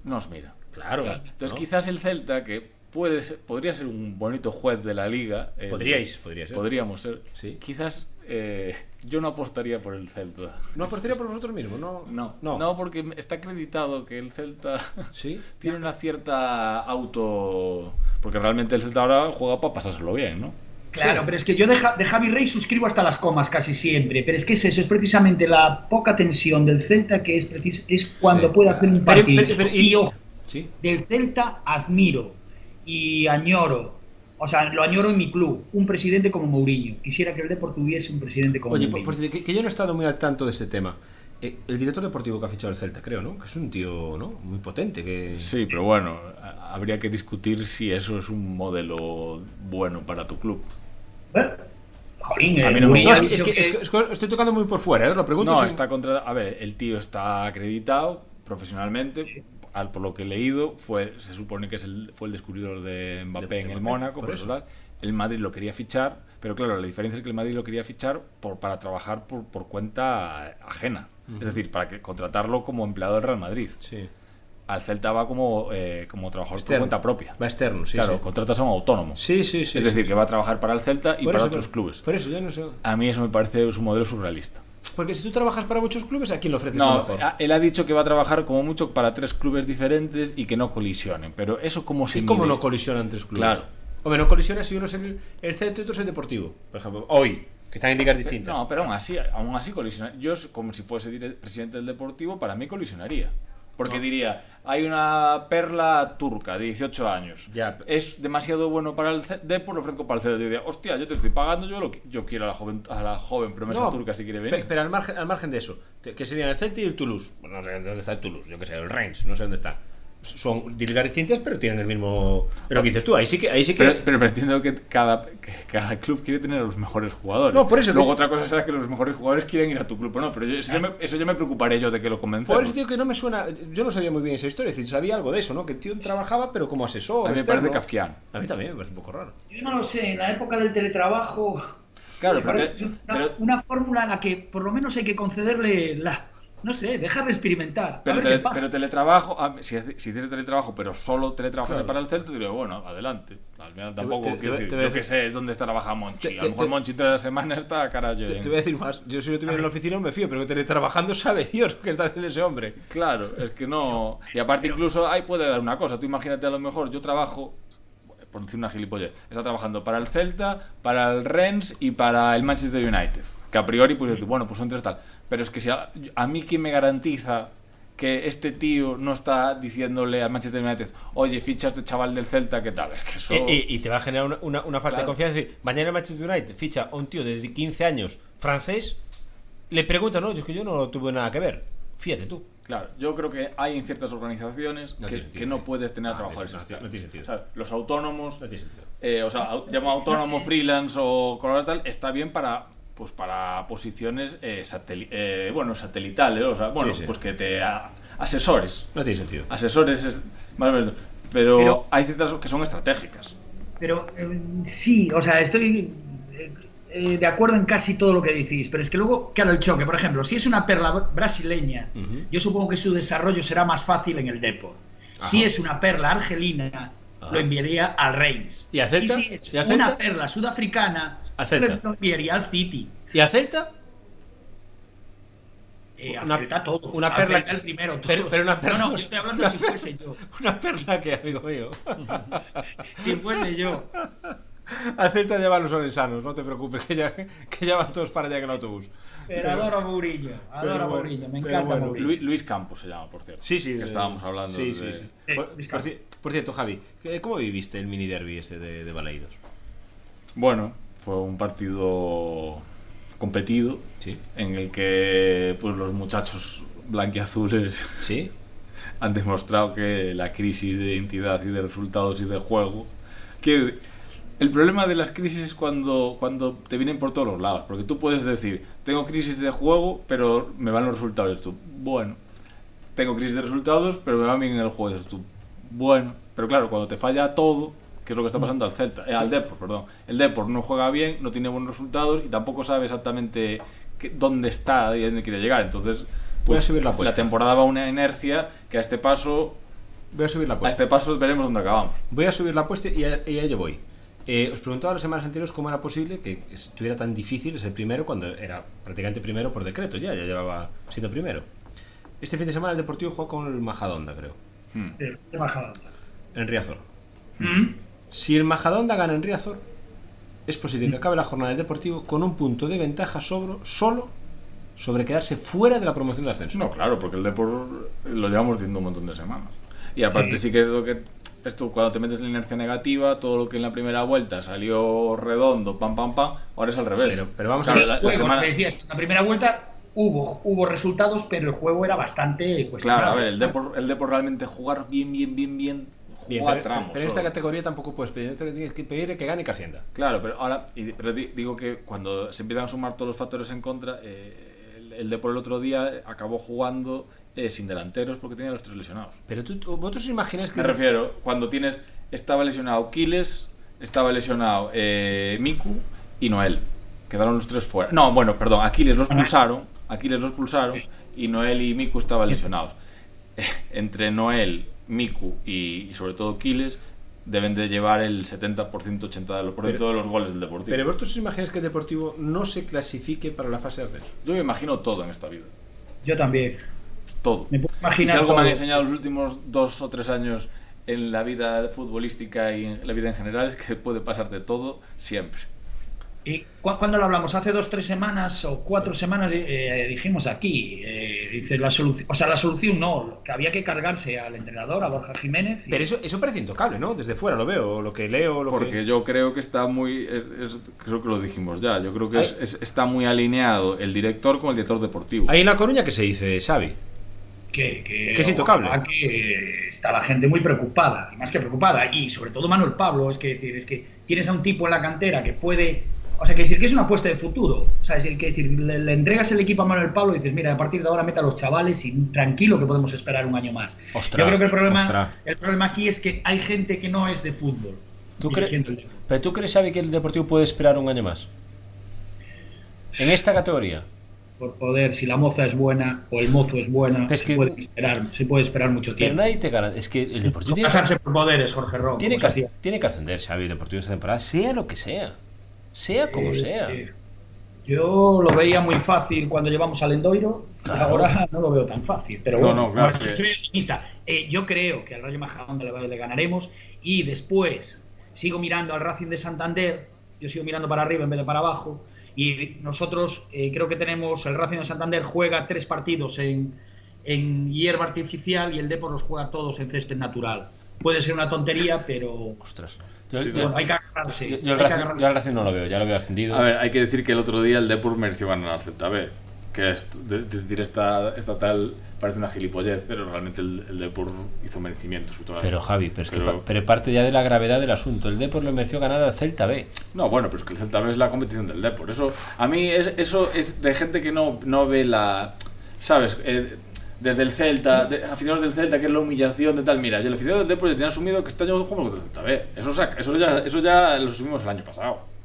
Speaker 3: nos mira.
Speaker 2: Claro.
Speaker 3: Entonces
Speaker 2: ¿no?
Speaker 3: quizás el Celta, que puede ser- podría ser un bonito juez de la liga. el-
Speaker 2: Eh, Podríais, podría ser.
Speaker 3: Podríamos ser.
Speaker 2: Sí.
Speaker 3: Quizás eh, yo no apostaría por el Celta.
Speaker 2: No apostaría por vosotros mismos, no.
Speaker 3: No,
Speaker 2: no.
Speaker 3: no, porque está acreditado que el Celta
Speaker 2: Sí.
Speaker 3: tiene una cierta auto... Porque realmente el Celta ahora juega para pasárselo bien, ¿no?
Speaker 4: Claro,
Speaker 2: Sí.
Speaker 4: pero es que yo de, Ja- de Javi Rey suscribo hasta las comas casi siempre. Pero es que es eso, es precisamente la poca tensión del Celta que es, precis- es cuando
Speaker 2: Sí.
Speaker 4: puede hacer un
Speaker 2: Pero-
Speaker 4: partido.
Speaker 2: pero- pero-
Speaker 4: y,
Speaker 2: y-
Speaker 4: ojo,
Speaker 2: Sí.
Speaker 4: del Celta admiro y añoro. O sea, lo añoro en mi club, un presidente como Mourinho. Quisiera que el Depor tuviese un presidente como
Speaker 2: Oye, por,
Speaker 4: Mourinho.
Speaker 2: por cierto, que, que yo no he estado muy al tanto de este tema. Eh, el director deportivo que ha fichado el Celta, creo, ¿no? Que es un tío, ¿no? Muy potente. Que...
Speaker 3: Sí, pero bueno, a- habría que discutir si eso es un modelo bueno para tu club.
Speaker 4: ¿Eh? Jolín,
Speaker 3: A
Speaker 4: eh,
Speaker 3: mí no me
Speaker 2: No,
Speaker 4: Mourinho
Speaker 2: es
Speaker 4: ha
Speaker 2: que, es
Speaker 4: dicho
Speaker 2: que-
Speaker 4: que-
Speaker 2: es que- es que estoy tocando muy por fuera, ¿eh? Os lo pregunto.
Speaker 3: No,
Speaker 2: sin-
Speaker 3: está contra... A ver, el tío está acreditado profesionalmente, al, por lo que he leído, fue, se supone que es el, fue el descubridor de Mbappé
Speaker 2: De- de
Speaker 3: en el
Speaker 2: Mbappé,
Speaker 3: Mónaco,
Speaker 2: por
Speaker 3: por eso
Speaker 2: eso.
Speaker 3: tal. El Madrid lo quería fichar, pero claro, la diferencia es que el Madrid lo quería fichar por, para trabajar por, por cuenta ajena. Es decir, para que, contratarlo como empleado del Real Madrid.
Speaker 2: Sí.
Speaker 3: Al Celta va como, eh, como trabajador
Speaker 2: Externo.
Speaker 3: por cuenta propia.
Speaker 2: Va externo, sí.
Speaker 3: claro,
Speaker 2: sí.
Speaker 3: contratas a un autónomo.
Speaker 2: Sí, sí, sí.
Speaker 3: es
Speaker 2: sí.
Speaker 3: decir, que va a trabajar para el Celta y
Speaker 2: Por
Speaker 3: para
Speaker 2: eso,
Speaker 3: otros
Speaker 2: por-
Speaker 3: clubes.
Speaker 2: Por eso, yo no sé.
Speaker 3: A mí eso me parece un modelo surrealista.
Speaker 2: Porque si tú trabajas para muchos clubes, ¿a quién le ofreces lo
Speaker 3: No,
Speaker 2: mejor?
Speaker 3: a- él ha dicho que va a trabajar como mucho para tres clubes diferentes y que no colisionen. Pero eso como se
Speaker 2: ¿Y cómo
Speaker 3: mide?
Speaker 2: no colisionan tres clubes?
Speaker 3: Claro.
Speaker 2: Hombre, no colisiona si uno es el, el centro y otro es el deportivo. Por ejemplo, hoy, que están en ligas distintas.
Speaker 3: Eh, No, pero aún así, aún así colisionar. Yo, es como si fuese dire- presidente del Deportivo, para mí colisionaría. Porque diría, hay una perla turca de 18 años.
Speaker 2: Ya, pe-
Speaker 3: Es demasiado bueno para el C- Depor, lo ofrezco para el Celta. Yo diría, hostia, yo te estoy pagando, yo, lo qui- yo quiero a la joven, a la joven promesa
Speaker 2: No,
Speaker 3: turca si quiere
Speaker 2: pe-
Speaker 3: venir.
Speaker 2: Pero al margen, al margen de eso, te- que serían el Celta y el Toulouse. Bueno, no sé dónde está el Toulouse, yo que sé, el Reims, no sé dónde está. son ligas distintas, pero tienen el mismo. Pero lo que dices tú, ahí sí que. Ahí sí que...
Speaker 3: Pero, pero pretendo que cada, que cada club quiere tener a los mejores jugadores.
Speaker 2: No, por eso
Speaker 3: Luego
Speaker 2: que-
Speaker 3: otra cosa será que los mejores jugadores quieren ir a tu club o no, pero yo- eso, ya me, eso ya me preocuparé yo de que lo convencemos.
Speaker 2: Por eso digo que no me suena. Yo no sabía muy bien esa historia. Es decir, sabía algo de eso, ¿no? Que el tío trabajaba, pero como asesor.
Speaker 3: A mí me
Speaker 2: externo.
Speaker 3: parece kafkiano.
Speaker 2: A mí también me parece un poco raro.
Speaker 4: Yo no lo sé, en la época del teletrabajo.
Speaker 3: Claro,
Speaker 4: me
Speaker 3: pero
Speaker 4: parece
Speaker 3: te-
Speaker 4: una,
Speaker 3: pero-
Speaker 4: una fórmula a la que por lo menos hay que concederle la. No sé, dejarle experimentar. a
Speaker 3: Pero,
Speaker 4: ver
Speaker 3: tele-
Speaker 4: qué pasa.
Speaker 3: pero teletrabajo, ah, si, hace- si hiciese teletrabajo, pero solo teletrabajas
Speaker 2: Claro.
Speaker 3: para el centro, diría, bueno, adelante. Al final tampoco,
Speaker 2: te- te
Speaker 3: quiero
Speaker 2: voy-
Speaker 3: decir,
Speaker 2: te voy a
Speaker 3: yo que sé dónde está trabaja Monchi.
Speaker 2: Te-
Speaker 3: a
Speaker 2: te-
Speaker 3: lo mejor
Speaker 2: te-
Speaker 3: Monchi toda la semana está a cara
Speaker 2: Te, te voy a decir más. Yo si yo estuviera en la oficina me fío, pero que teletrabajando sabe Dios lo que está haciendo ese hombre.
Speaker 3: Claro, es que no. Y aparte, incluso ahí puede dar una cosa. Tú imagínate, a lo mejor yo trabajo, por decir una gilipollez, está trabajando para el Celta, para el Rennes y para el Manchester United. Que a priori, pues dices, bueno, pues son tres tal. Pero es que si a, a mí, ¿quién me garantiza que este tío no está diciéndole al Manchester United, oye, ficha a este chaval del Celta, ¿qué tal? Es que eso.
Speaker 2: Y, y- y te va a generar una, una- una falta
Speaker 3: Claro.
Speaker 2: de confianza. Es decir, mañana el Manchester United ficha a un tío de 15 años francés, le pregunta, no, yo es que yo no tuve nada que ver. Fíjate tú.
Speaker 3: Claro, yo creo que hay en ciertas organizaciones
Speaker 2: No
Speaker 3: que,
Speaker 2: tiene sentido,
Speaker 3: que no
Speaker 2: sí.
Speaker 3: puedes tener
Speaker 2: Ah,
Speaker 3: a trabajadores
Speaker 2: no tiene-
Speaker 3: así.
Speaker 2: no tiene sentido.
Speaker 3: O sea, los autónomos,
Speaker 2: No tiene sentido.
Speaker 3: eh, o sea, au- llamo autónomo, freelance o color tal, está bien para pues para posiciones eh, sateli- eh, bueno, satelitales, o sea, bueno,
Speaker 2: Sí, sí.
Speaker 3: pues que te a- asesores,
Speaker 2: No tiene sentido.
Speaker 3: asesores es- más o menos, pero,
Speaker 4: Pero-
Speaker 3: hay ciertas que son estratégicas.
Speaker 4: Pero eh, sí, o sea, estoy eh, eh, de acuerdo en casi todo lo que decís, pero es que luego, claro, el choque, por ejemplo, si es una perla br- brasileña,
Speaker 2: Ujú.
Speaker 4: yo supongo que su desarrollo será más fácil en el Depor.
Speaker 2: Ajá.
Speaker 4: Si es una perla argelina,
Speaker 2: Ajá.
Speaker 4: lo enviaría al Reims.
Speaker 2: ¿Y a Celta?
Speaker 4: si es
Speaker 2: ¿Y a Celta?
Speaker 4: una perla sudafricana,
Speaker 2: A Celta.
Speaker 4: lo enviaría al City.
Speaker 2: ¿Y a Celta?
Speaker 4: Eh, a
Speaker 2: Una-
Speaker 4: Celta todo.
Speaker 2: una
Speaker 4: A
Speaker 2: perla-
Speaker 4: Celta el primero. todo.
Speaker 2: pero- pero una perla-
Speaker 4: No, no, yo estoy hablando si fuese yo.
Speaker 2: Una perla que, amigo mío.
Speaker 4: Si fuese yo.
Speaker 2: A Celta ya van los orensanos, no te preocupes, que ya, que ya van todos para allá en el autobús.
Speaker 4: Pero adoro a Mourinho,
Speaker 2: pero
Speaker 4: adoro a
Speaker 2: bueno,
Speaker 4: Mourinho, me
Speaker 2: pero
Speaker 4: encanta
Speaker 2: bueno.
Speaker 4: Mourinho.
Speaker 3: Lu- Luis Campos se llama, por cierto.
Speaker 2: Sí, sí.
Speaker 3: que
Speaker 2: eh,
Speaker 3: estábamos hablando
Speaker 2: Sí,
Speaker 3: de-
Speaker 2: sí, sí.
Speaker 4: Eh,
Speaker 2: Por,
Speaker 4: Luis
Speaker 2: por
Speaker 4: Campos.
Speaker 2: ci- por cierto, Javi, eh, ¿cómo viviste el mini derby este de, de Balaidos?
Speaker 3: Bueno, fue un partido competido,
Speaker 2: Sí.
Speaker 3: en el que pues los muchachos blanquiazules
Speaker 2: ¿Sí?
Speaker 3: han demostrado que la crisis de identidad y de resultados y de juego que el problema de las crisis es cuando, cuando te vienen por todos los lados, porque tú puedes decir, tengo crisis de juego, pero me van los resultados. Y Tú, bueno, tengo crisis de resultados, pero me va bien en el juego. Dices tú, bueno, pero claro, cuando te falla todo, que es lo que está pasando al Celta, eh, al Depor, perdón. El Depor no juega bien, no tiene buenos resultados y tampoco sabe exactamente qué- dónde está y dónde quiere llegar. Entonces, pues,
Speaker 2: Voy a subir la
Speaker 3: la
Speaker 2: apuesta.
Speaker 3: temporada va a una inercia que a este paso,
Speaker 2: Voy a subir la
Speaker 3: a
Speaker 2: apuesta.
Speaker 3: este paso veremos dónde acabamos.
Speaker 2: Voy a subir la apuesta y a, y a ello voy. Eh, os preguntaba las semanas anteriores cómo era posible que estuviera tan difícil ese primero cuando era prácticamente primero por decreto, ya, ya llevaba siendo primero. Este fin de semana el Deportivo jugó con el Majadonda, creo,
Speaker 3: Hmm.
Speaker 4: Sí, qué bajada.
Speaker 2: en Riazor.
Speaker 4: Mm.
Speaker 2: Si el Majadonda gana en Riazor, es posible que acabe la jornada del Deportivo con un punto de ventaja sobre, solo sobre quedarse fuera de la promoción de ascenso.
Speaker 3: Pues No, claro, porque el Depor lo llevamos diciendo un montón de semanas. Y aparte sí,
Speaker 4: Sí.
Speaker 3: que es lo que... Esto, cuando te metes en la inercia negativa, todo lo que en la primera vuelta salió redondo, pam, pam, pam, ahora es al revés.
Speaker 2: Pero- pero vamos a
Speaker 3: Claro,
Speaker 4: Sí,
Speaker 3: la- la,
Speaker 4: juego,
Speaker 3: semana-
Speaker 4: te decías, en la primera vuelta hubo, hubo resultados, pero el juego era bastante cuestionable.
Speaker 3: Claro, a ver, el Depor, el Depor realmente jugar bien, bien, bien, bien, jugó
Speaker 2: Ah. Bien,
Speaker 3: a
Speaker 2: pero,
Speaker 3: tramos.
Speaker 2: pero en esta
Speaker 3: solo.
Speaker 2: categoría tampoco puedes pedir, esto que tienes que pedir es que gane y que ascienda.
Speaker 3: Claro, pero ahora, y- pero di- digo que cuando se empiezan a sumar todos los factores en contra, eh, el, el Depor el otro día acabó jugando eh, sin delanteros porque tenía los tres lesionados.
Speaker 2: Pero tú, vosotros os imagináis que...
Speaker 3: Me refiero, cuando tienes. Estaba lesionado Kiles, estaba lesionado eh, Miku y Noel. Quedaron los tres fuera. No, bueno, perdón, Aquiles los pulsaron. Aquiles los pulsaron y Noel y Miku estaban lesionados. Entre Noel, Miku y, y sobre todo Kiles deben de llevar el 70%, 80% de los, por ciento de los goles del Deportivo.
Speaker 2: Pero vosotros os imagináis que el Deportivo no se clasifique para la fase de ascenso.
Speaker 3: Yo me imagino todo en esta vida.
Speaker 4: Yo también.
Speaker 3: Todo.
Speaker 4: Me puedo
Speaker 3: Y si
Speaker 4: imaginar.
Speaker 3: algo me han
Speaker 4: todo.
Speaker 3: enseñado los últimos dos o tres años en la vida futbolística y en la vida en general es que puede pasar de todo siempre.
Speaker 4: ¿Y cu- cuándo lo hablamos? Hace dos, tres semanas o cuatro semanas eh, dijimos aquí, eh, dice la solución, o sea, la solución no, que había que cargarse al entrenador, a Borja Jiménez. y-
Speaker 2: Pero eso, eso parece intocable, ¿no? Desde fuera lo veo, lo que leo, lo
Speaker 3: Porque
Speaker 2: que...
Speaker 3: yo creo que está muy, es- es- creo que lo dijimos ya, yo creo que es-
Speaker 2: Ahí-
Speaker 3: es- está muy alineado el director con el director deportivo.
Speaker 2: Ahí en La Coruña que se dice, Xavi.
Speaker 4: que, que,
Speaker 2: Que es intocable.
Speaker 4: ojalá que está la gente muy preocupada, y más que preocupada, y sobre todo Manuel Pablo, es que decir, es que tienes a un tipo en la cantera que puede, o sea, que decir que es una apuesta de futuro, o sea, es decir, que decir, le, le entregas el equipo a Manuel Pablo y dices, mira, a partir de ahora meta a los chavales y tranquilo que podemos esperar un año más.
Speaker 2: Ostras,
Speaker 4: Yo creo que el
Speaker 2: ostras.
Speaker 4: problema, el problema aquí es que hay gente que no es de fútbol.
Speaker 2: ¿Tú crees-
Speaker 4: dirigiendo el equipo.
Speaker 2: ¿Pero tú crees, Xavi, que el Deportivo puede esperar un año más? En esta categoría.
Speaker 4: por poder, si la moza es buena o el mozo es buena,
Speaker 2: Es
Speaker 4: se,
Speaker 2: que-
Speaker 4: puede esperar, se puede esperar mucho
Speaker 2: Pero
Speaker 4: tiempo.
Speaker 2: nadie te garante- Es que el Deportivo
Speaker 4: No
Speaker 2: tiene,
Speaker 4: casarse por poderes, Jorge Ron.
Speaker 2: tiene
Speaker 4: como
Speaker 2: que,
Speaker 4: se hacía.
Speaker 2: tiene que ascender, Xavi, el Deportivo esta temporada, sea lo que sea. Sea como
Speaker 4: Eh,
Speaker 2: sea.
Speaker 4: eh, Yo lo veía muy fácil cuando llevamos al Endoiro, y
Speaker 2: Claro.
Speaker 4: ahora no lo veo tan fácil. Pero
Speaker 5: No,
Speaker 4: bueno,
Speaker 5: no, claro,
Speaker 4: yo
Speaker 5: que-
Speaker 4: soy optimista. Eh, yo creo que al Rayo Majadahonda le, le ganaremos y después sigo mirando al Racing de Santander, yo sigo mirando para arriba en vez de para abajo. Y nosotros eh, creo que tenemos, el Racing de Santander juega tres partidos en, en hierba artificial y el Depor los juega todos en césped natural. Puede ser una tontería, pero
Speaker 2: Ostras. Yo,
Speaker 5: Sí,
Speaker 2: yo-
Speaker 4: bueno, hay que agarrarse.
Speaker 2: yo- yo el
Speaker 4: hay que
Speaker 2: Racing,
Speaker 4: agarrarse.
Speaker 2: yo el Racing no lo veo, ya lo veo ascendido.
Speaker 3: A ver, hay que decir que el otro día el Depor mereció ganar al ZB. Que es de- de decir esta, esta tal parece una gilipollez, pero realmente el, el Depor hizo merecimiento. sobre todo.
Speaker 2: Pero Javi, pero es que
Speaker 3: Pero-
Speaker 2: pa- pero parte ya de la gravedad del asunto. El Depor le mereció ganar al Celta B.
Speaker 3: No, bueno, pero es que el Celta B es la competición del Depor. Eso, a mí es, eso es de gente que no, no ve la... ¿Sabes? Eh, desde el Celta, de- aficionados del Celta, que es la humillación de tal. Mira, y el aficionado del Depor ya tiene asumido que este año jugamos contra el Celta B. Eso, saca- eso, ya, eso ya lo asumimos el año pasado.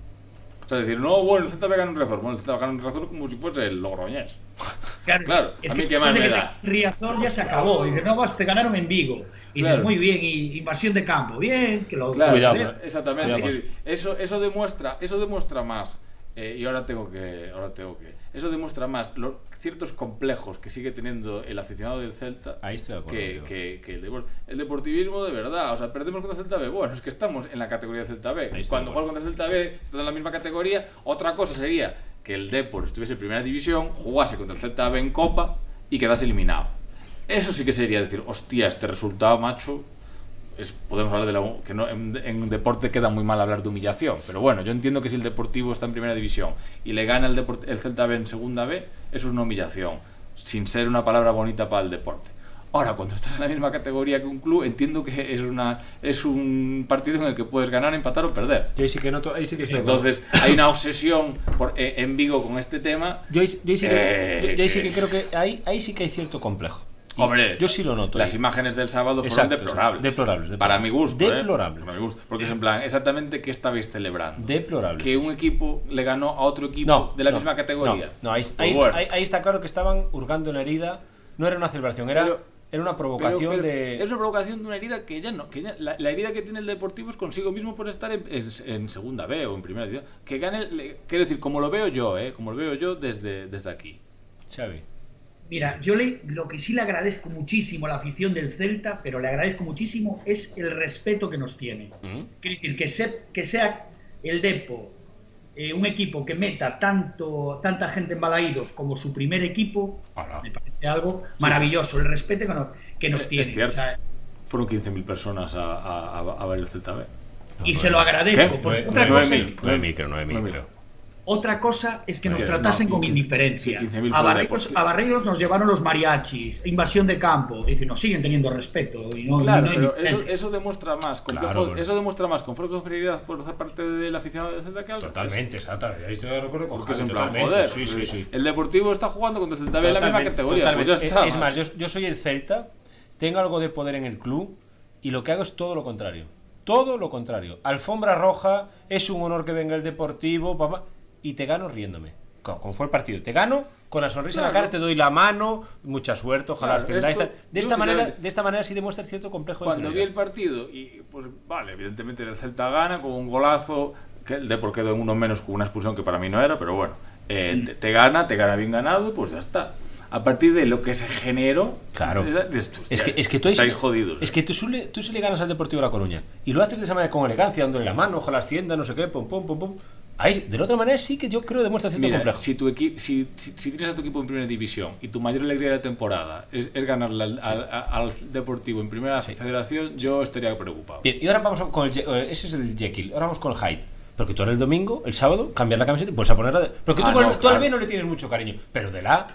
Speaker 3: O sea, decir, no, bueno, el Celta B gana un Riazor. Bueno, el Celta B gana un Riazor como si fuese el Logroñés. Claro, a mí qué más me
Speaker 4: fíjate que
Speaker 3: da.
Speaker 4: te- Riazor ya se acabó. Dice, no, vas, te ganaron en Vigo. Y
Speaker 3: Claro.
Speaker 4: dices, muy bien, y invasión de campo. Bien, que lo.
Speaker 3: Claro,
Speaker 2: Cuidado,
Speaker 3: eh,
Speaker 2: eh.
Speaker 3: exactamente.
Speaker 2: Cuidado.
Speaker 3: Quiero decir, Eso, eso demuestra, eso demuestra más. eh, y ahora tengo que, ahora tengo que. Eso demuestra más los ciertos complejos que sigue teniendo el aficionado del Celta
Speaker 2: Ahí estoy de acuerdo
Speaker 3: que,
Speaker 2: contigo.
Speaker 3: que- que el, depor- el deportivismo de verdad. O sea, perdemos contra el Celta B. Bueno, es que estamos en la categoría del Celta B.
Speaker 2: estoy de
Speaker 3: Cuando
Speaker 2: acuerdo.
Speaker 3: juegas contra el Celta B, estás en la misma categoría. Otra cosa sería que el Depor estuviese en primera división, jugase contra el Celta B en Copa y quedase eliminado. Eso sí que sería decir, hostia, este resultado, macho, es- podemos hablar de la, que no, en, en deporte queda muy mal hablar de humillación, pero bueno, yo entiendo que si el Deportivo está en primera división y le gana el, Depor- el Celta B en segunda B, eso es una humillación, sin ser una palabra bonita para el deporte. Ahora, cuando estás en la misma categoría que un club, entiendo que es, una, es un partido en el que puedes ganar, empatar o perder.
Speaker 2: Yo ahí sí que noto, ahí sí que estoy de acuerdo.
Speaker 3: Entonces, hay una obsesión por- en en Vigo con este tema.
Speaker 2: Yo, ahí- yo ahí sí que,
Speaker 3: Eh,
Speaker 2: yo- yo ahí sí
Speaker 3: que-
Speaker 2: que creo que ahí, ahí sí que hay cierto complejo. Y
Speaker 3: Hombre,
Speaker 2: yo sí lo noto. eh.
Speaker 3: Las
Speaker 2: ahí.
Speaker 3: imágenes del sábado fueron
Speaker 2: Exacto,
Speaker 3: deplorables.
Speaker 2: exacto. Deplorables, deplorables.
Speaker 3: Para mi gusto. ¿eh?
Speaker 2: Deplorables.
Speaker 3: Para mi gusto. Porque es en plan, exactamente qué estabais celebrando.
Speaker 2: Deplorable.
Speaker 3: que un equipo le ganó a otro equipo de la misma categoría.
Speaker 2: No, no, ahí,
Speaker 3: Pues
Speaker 2: ahí-
Speaker 3: bueno.
Speaker 2: ahí- ahí está claro que estaban hurgando en la herida. No era una celebración, era,
Speaker 3: Pero-
Speaker 2: era una
Speaker 3: Pero-
Speaker 2: provocación
Speaker 3: pero
Speaker 2: de.
Speaker 3: Es una provocación de una herida que ya no. Que ya- la, la herida que tiene el Deportivo es consigo mismo por estar en, en- en segunda B o en primera división. Que gane. le- quiero decir, como lo veo yo, ¿eh? Como lo veo yo desde, desde aquí.
Speaker 2: Xavi.
Speaker 4: Mira, yo le, lo que sí le agradezco muchísimo a la afición del Celta, pero le agradezco muchísimo, es el respeto que nos tiene.
Speaker 2: Mm-hmm.
Speaker 4: Quiero decir, que, se- que sea el Depo eh, un equipo que meta tanto, tanta gente en Balaídos como su primer equipo,
Speaker 3: Ahora,
Speaker 4: me parece algo maravilloso. El respeto que nos, que nos
Speaker 3: Es-
Speaker 4: tiene.
Speaker 3: es cierto.
Speaker 4: O sea,
Speaker 3: fueron 15.000 personas a, a, a- a ver el Celta B.
Speaker 4: y se lo agradezco.
Speaker 3: ¿Qué?
Speaker 4: Porque
Speaker 3: Nue-
Speaker 4: otra
Speaker 3: nueve
Speaker 4: cosa es-
Speaker 3: mil.
Speaker 2: 9.000, creo, 9.000,
Speaker 3: Nueve
Speaker 2: creo.
Speaker 4: Otra cosa es que nos
Speaker 3: Sí,
Speaker 4: tratasen
Speaker 3: no,
Speaker 4: con
Speaker 3: 15,
Speaker 4: indiferencia.
Speaker 3: sí, 15.000
Speaker 4: a,
Speaker 3: fuera de
Speaker 4: Barreiros,
Speaker 3: deporte.
Speaker 4: a Barreiros nos llevaron los mariachis, invasión de campo. Dicen, nos siguen teniendo respeto. Y no,
Speaker 3: Claro,
Speaker 4: no hay
Speaker 3: pero eso,
Speaker 4: indiferencia.
Speaker 3: eso demuestra más complejo,
Speaker 2: Claro, bueno.
Speaker 3: eso demuestra más conflicto de inferioridad por esa parte del aficionado del Celta que algo.
Speaker 2: Totalmente, exactamente. Ahí estoy de acuerdo con
Speaker 3: Porque es en
Speaker 2: Javi,
Speaker 3: plan,
Speaker 2: totalmente.
Speaker 3: joder,
Speaker 2: Sí, sí, sí.
Speaker 3: el Deportivo está jugando contra el Celta B en la misma
Speaker 2: Totalmente,
Speaker 3: categoría, pues ya
Speaker 2: totalmente.
Speaker 3: está.
Speaker 2: Es más, yo, yo soy el Celta, tengo algo de poder en el club y lo que hago es todo lo contrario. Todo lo contrario. Alfombra roja, es un honor que venga el Deportivo, papá, y te gano riéndome. Co- Como fue el partido, te gano con la sonrisa en la
Speaker 3: Claro.
Speaker 2: cara, te doy la mano, mucha suerte, ojalá
Speaker 3: Claro,
Speaker 2: ascendáis,
Speaker 3: esto-
Speaker 2: tal. de
Speaker 3: yo
Speaker 2: esta
Speaker 3: sí
Speaker 2: manera,
Speaker 3: creo que-
Speaker 2: de esta manera sí demuestra cierto complejo
Speaker 3: Cuando
Speaker 2: de
Speaker 3: vi el
Speaker 2: inferioridad.
Speaker 3: partido, y pues vale, evidentemente el Celta gana con un golazo, que el Depor quedó en uno menos con una expulsión que para mí no era, pero bueno, eh,
Speaker 2: Mm.
Speaker 3: te, te gana, te gana bien ganado, pues ya está. A partir de lo que se generó,
Speaker 2: Claro.
Speaker 3: dices tú,
Speaker 2: Es que,
Speaker 3: hostia,
Speaker 2: es que tú ahí sí-
Speaker 3: estáis jodidos. eh.
Speaker 2: Es que tú, sí le- tú sí le ganas al Deportivo de La Coruña. Y lo haces de esa manera con elegancia, dándole la mano, ojalá ascienda, no sé qué, pum, pum, pum, pum. Ahí, de la otra manera sí que yo creo demuestra cierto
Speaker 3: Mira,
Speaker 2: complejo.
Speaker 3: si, tu equi- si, si- si tienes a tu equipo en primera división y tu mayor alegría de la temporada es, es ganarle al, al- al Deportivo en primera federación, yo estaría preocupado.
Speaker 2: Bien, y ahora vamos con el. Ye- eh, Ese es el Jekyll. Ahora vamos con el Hyde. Porque tú ahora el domingo, el sábado, cambiar la camiseta y vuelves a ponerla. de- Porque tú,
Speaker 3: Ah,
Speaker 2: con-
Speaker 3: no,
Speaker 2: tú al B
Speaker 3: claro.
Speaker 2: no le tienes mucho cariño. Pero de la.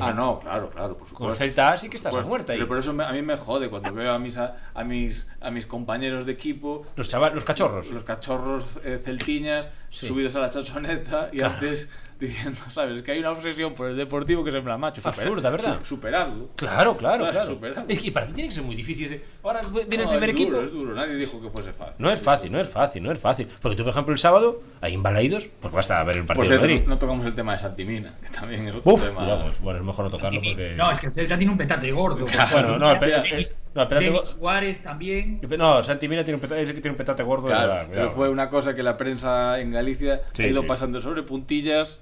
Speaker 3: Ah, no, claro, claro, por supuesto.
Speaker 2: Con el Celta sí que estás
Speaker 3: Por
Speaker 2: a muerte
Speaker 3: supuesto.
Speaker 2: ahí.
Speaker 3: Pues, Pero por eso me- a mí me jode cuando veo a mis, a, a mis, a mis compañeros de equipo,
Speaker 2: Los, chaval, los cachorros.
Speaker 3: los cachorros eh, celtiñas,
Speaker 2: Pues Sí.
Speaker 3: subidos a la chachoneta y antes diciendo, ¿sabes? Que hay una obsesión por el deportivo que es en plan macho. supera-
Speaker 2: Absurda, ¿verdad?
Speaker 3: su- superarlo.
Speaker 2: Claro, claro,
Speaker 3: ¿Sabes?
Speaker 2: claro.
Speaker 3: Superarlo.
Speaker 2: Es que para ti tiene que ser muy difícil. de- Ahora viene
Speaker 3: No,
Speaker 2: el primer
Speaker 3: es
Speaker 2: equipo.
Speaker 3: Duro, es duro, nadie dijo que fuese fácil.
Speaker 2: No es fácil, no es fácil, no es fácil. Porque tú, por ejemplo, el sábado, ahí en Balaídos, pues vas a ver el
Speaker 3: Por
Speaker 2: partido de
Speaker 3: cierto,
Speaker 2: Madrid.
Speaker 3: no tocamos el tema de Santimina, que también es otro
Speaker 2: Uf,
Speaker 3: tema.
Speaker 2: vamos, bueno, es mejor no tocarlo porque.
Speaker 4: No, es que el Celta tiene un petate gordo.
Speaker 2: Bueno, no, espera,
Speaker 4: Denis-
Speaker 2: eh, no, espérate,
Speaker 4: Denis
Speaker 2: go-
Speaker 4: Suárez también.
Speaker 2: No, Santi Mina tiene un petate, tiene un petate gordo de
Speaker 3: Claro,
Speaker 2: verdad,
Speaker 3: pero
Speaker 2: cuidado.
Speaker 3: fue una cosa que la prensa en Galicia
Speaker 2: Sí,
Speaker 3: ha ido
Speaker 2: sí.
Speaker 3: pasando sobre puntillas.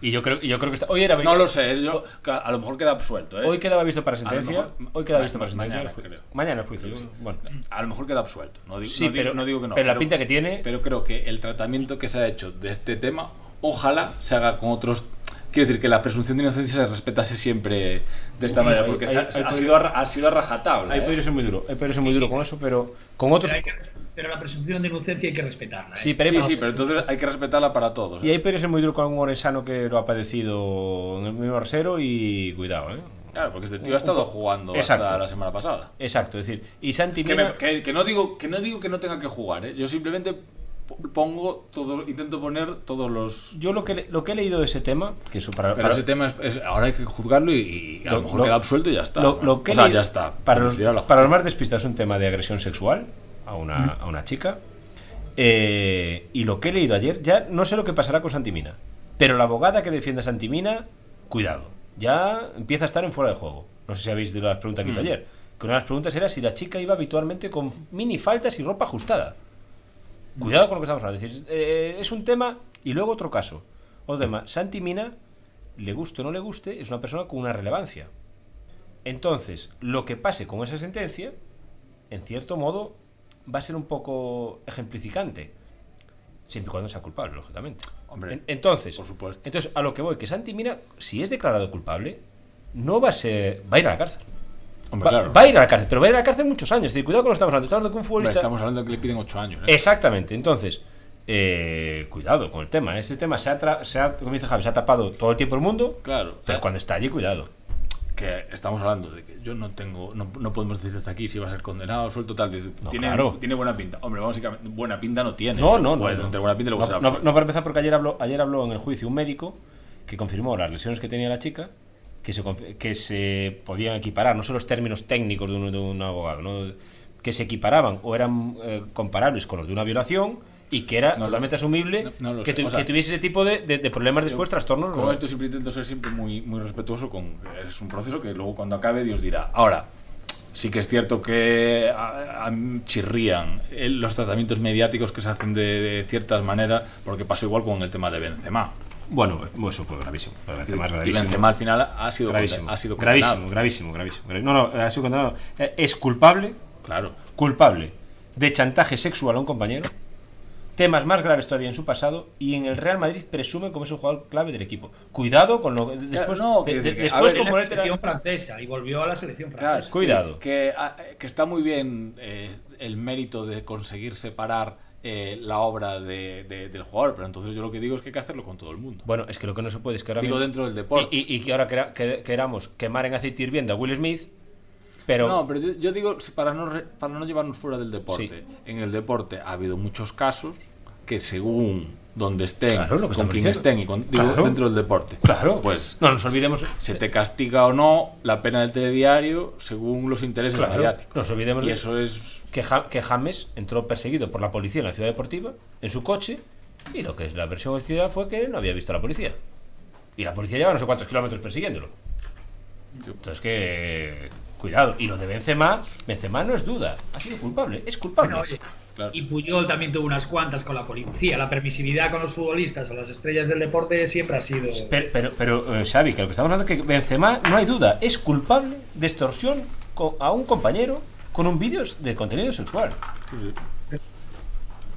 Speaker 2: Y yo creo, y yo creo que está. Hoy era
Speaker 3: No lo sé, yo- a lo mejor queda absuelto. ¿eh?
Speaker 2: Hoy quedaba visto para
Speaker 3: lo
Speaker 2: sentencia.
Speaker 3: mejor-
Speaker 2: Hoy queda
Speaker 3: ma-
Speaker 2: visto para
Speaker 3: ma-
Speaker 2: sentencia.
Speaker 3: mañana, creo.
Speaker 2: Mañana el juicio. sí. Bueno.
Speaker 3: A lo mejor queda absuelto. No digo,
Speaker 2: Sí,
Speaker 3: no digo-
Speaker 2: pero-
Speaker 3: no digo que no.
Speaker 2: pero la pinta que tiene-
Speaker 3: Pero creo que el tratamiento que se ha hecho de este tema, ojalá se haga con otros. Quiero decir que la presunción de inocencia se respetase siempre de esta
Speaker 2: Uf,
Speaker 3: manera,
Speaker 2: hay-
Speaker 3: porque
Speaker 2: hay-
Speaker 3: se ha,
Speaker 2: hay
Speaker 3: se ha
Speaker 2: poder-
Speaker 3: sido a, ra- ha sido a rajatabla.
Speaker 2: Ahí
Speaker 3: ¿eh?
Speaker 2: podría ser muy duro. Ahí podría ser muy duro con eso, pero con otros.
Speaker 4: Pero, hay que- pero la presunción de inocencia hay que respetarla. ¿eh?
Speaker 2: Sí, pero,
Speaker 3: Sí,
Speaker 2: hay-
Speaker 3: sí, pero entonces hay que respetarla para todos. ¿eh?
Speaker 2: Y ahí podría ser muy duro con un orensano que lo ha padecido en el mismo arcero y cuidado, ¿eh?
Speaker 3: Claro, porque este tío ha estado jugando
Speaker 2: Exacto.
Speaker 3: hasta la semana pasada.
Speaker 2: Exacto, es decir, y Santi
Speaker 3: Que,
Speaker 2: Mina.
Speaker 3: me- que- que no digo, que no digo que no tenga que jugar, ¿eh? yo simplemente po- pongo todo, intento poner todos los.
Speaker 2: Yo lo que, le- lo que he leído de ese tema, que eso para,
Speaker 3: Pero
Speaker 2: para-
Speaker 3: ese tema es, es- ahora hay que juzgarlo y, y a
Speaker 2: Lo-
Speaker 3: lo, mejor
Speaker 2: lo-
Speaker 3: queda absuelto y ya está.
Speaker 2: lo,
Speaker 3: ¿no?
Speaker 2: lo que
Speaker 3: o
Speaker 2: he
Speaker 3: sea,
Speaker 2: leído-
Speaker 3: ya está.
Speaker 2: Para los,
Speaker 3: Decidirá la
Speaker 2: para los más despistas es un tema de agresión sexual a una, a una chica. Eh, y lo que he leído ayer, ya no sé lo que pasará con Santimina. Pero la abogada que defiende a Santimina, cuidado, ya empieza a estar en fuera de juego. No sé si habéis de las preguntas que hizo
Speaker 3: Mm.
Speaker 2: ayer. Que una de las preguntas era si la chica iba habitualmente con mini faltas y ropa ajustada. Cuidado con lo que estamos hablando. Es, decir, eh, es un tema y luego otro caso. Otro tema. Santi Mina, le guste o no le guste, es una persona con una relevancia. Entonces, lo que pase con esa sentencia, en cierto modo, va a ser un poco ejemplificante. Siempre y cuando sea culpable, lógicamente.
Speaker 3: Hombre,
Speaker 2: En- entonces,
Speaker 3: por supuesto.
Speaker 2: entonces, a lo que voy, que Santi Mina, si es declarado culpable, no va a ser. va a ir a la cárcel.
Speaker 3: Hombre,
Speaker 2: Va,
Speaker 3: claro.
Speaker 2: va a ir a la cárcel, pero va a ir a la cárcel muchos años. Es decir, cuidado con lo que estamos hablando. Estamos hablando de que un
Speaker 3: Hombre,
Speaker 2: futbolista.
Speaker 3: estamos hablando de que le piden 8 años. ¿eh?
Speaker 2: Exactamente, entonces, eh, cuidado con el tema. Ese tema se ha, tra- se ha- como dice Javi, se ha tapado todo el tiempo el mundo,
Speaker 3: Claro,
Speaker 2: pero
Speaker 3: eh,
Speaker 2: cuando está allí, cuidado.
Speaker 3: que estamos hablando de que yo no tengo, no, no podemos decir hasta aquí si va a ser condenado, suelto tal. dice,
Speaker 2: No,
Speaker 3: tiene,
Speaker 2: claro.
Speaker 3: tiene buena pinta. Hombre, básicamente, buena pinta no tiene.
Speaker 2: No, no, no.
Speaker 3: Puede
Speaker 2: no.
Speaker 3: tener buena pinta y luego
Speaker 2: No,
Speaker 3: será
Speaker 2: no,
Speaker 3: absuelto.
Speaker 2: no, para empezar, porque ayer habló, ayer habló en el juicio un médico que confirmó las lesiones que tenía la chica, que se, conf- que se podían equiparar, no son los términos técnicos de un, de un abogado, ¿no? que se equiparaban o eran eh, comparables con los de una violación y que era
Speaker 3: No lo-
Speaker 2: totalmente asumible
Speaker 3: no- no lo
Speaker 2: que,
Speaker 3: sé,
Speaker 2: tu-
Speaker 3: o sea,
Speaker 2: que tuviese ese tipo de, de- de problemas después,
Speaker 3: Yo
Speaker 2: trastornos.
Speaker 3: Con
Speaker 2: ¿no?
Speaker 3: esto siempre intento ser siempre muy, muy respetuoso. Con, es un proceso que luego cuando acabe Dios dirá. Ahora, sí que es cierto que a- a mí chirrían eh, los tratamientos mediáticos que se hacen de, de ciertas maneras, porque pasó igual con el tema de Benzema.
Speaker 2: Bueno, eso fue gravísimo. Lo de Benzema es
Speaker 3: y
Speaker 2: gravísimo.
Speaker 3: Benzema al final ha sido, conden-
Speaker 2: gravísimo.
Speaker 3: ha sido condenado.
Speaker 2: gravísimo, gravísimo, gravísimo, gravísimo. No, no, ha sido condenado. Eh, Es culpable,
Speaker 3: Claro.
Speaker 2: culpable de chantaje sexual a un compañero. Temas más graves todavía en su pasado y en el Real Madrid presumen como es un jugador clave del equipo. Cuidado con lo después
Speaker 3: no,
Speaker 2: de-
Speaker 3: quiero
Speaker 2: de-
Speaker 3: decir que- a
Speaker 2: después
Speaker 3: ver,
Speaker 2: con
Speaker 3: este
Speaker 4: en la
Speaker 2: ponerte la-
Speaker 4: selección francesa y volvió a la selección
Speaker 3: Claro,
Speaker 4: francesa.
Speaker 2: Cuidado.
Speaker 3: Que, ah, que está muy bien eh, el mérito de conseguir separar eh, la obra de- de- del jugador, pero entonces yo lo que digo es que hay que hacerlo con todo el mundo.
Speaker 2: Bueno, es que lo que no se puede es que ahora
Speaker 3: digo
Speaker 2: mismo-
Speaker 3: dentro del deporte.
Speaker 2: y, y- y que ahora quera- que- queramos quemar en aceite hirviendo a Will Smith, pero
Speaker 3: No, pero yo, yo digo, si para no, re- para no llevarnos fuera del deporte. En el deporte ha habido muchos casos que según donde estén,
Speaker 2: Claro, lo que
Speaker 3: con
Speaker 2: estamos
Speaker 3: quien
Speaker 2: diciendo.
Speaker 3: estén y con- digo,
Speaker 2: Claro.
Speaker 3: dentro del deporte.
Speaker 2: claro,
Speaker 3: Pues
Speaker 2: no nos olvidemos
Speaker 3: se te castiga o no la pena del telediario según los intereses
Speaker 2: Claro,
Speaker 3: mediáticos.
Speaker 2: nos olvidemos
Speaker 3: y
Speaker 2: de-
Speaker 3: eso es
Speaker 2: que, Ja- que James entró perseguido por la policía en la ciudad deportiva, en su coche, y lo que es la versión oficial fue que no había visto a la policía. Y la policía lleva no sé cuántos kilómetros persiguiéndolo. Entonces que... Cuidado. Y lo de Benzema, Benzema no es duda. Ha sido culpable. Es culpable.
Speaker 4: Bueno, oye,
Speaker 3: Claro.
Speaker 4: Y Puyol también tuvo unas cuantas con la policía. La permisividad con los futbolistas o las estrellas del deporte siempre ha sido.
Speaker 2: Pero, pero, pero, eh, Xavi, que lo que estamos hablando es que Benzema, no hay duda, es culpable de extorsión co- a un compañero con un vídeo de contenido sexual.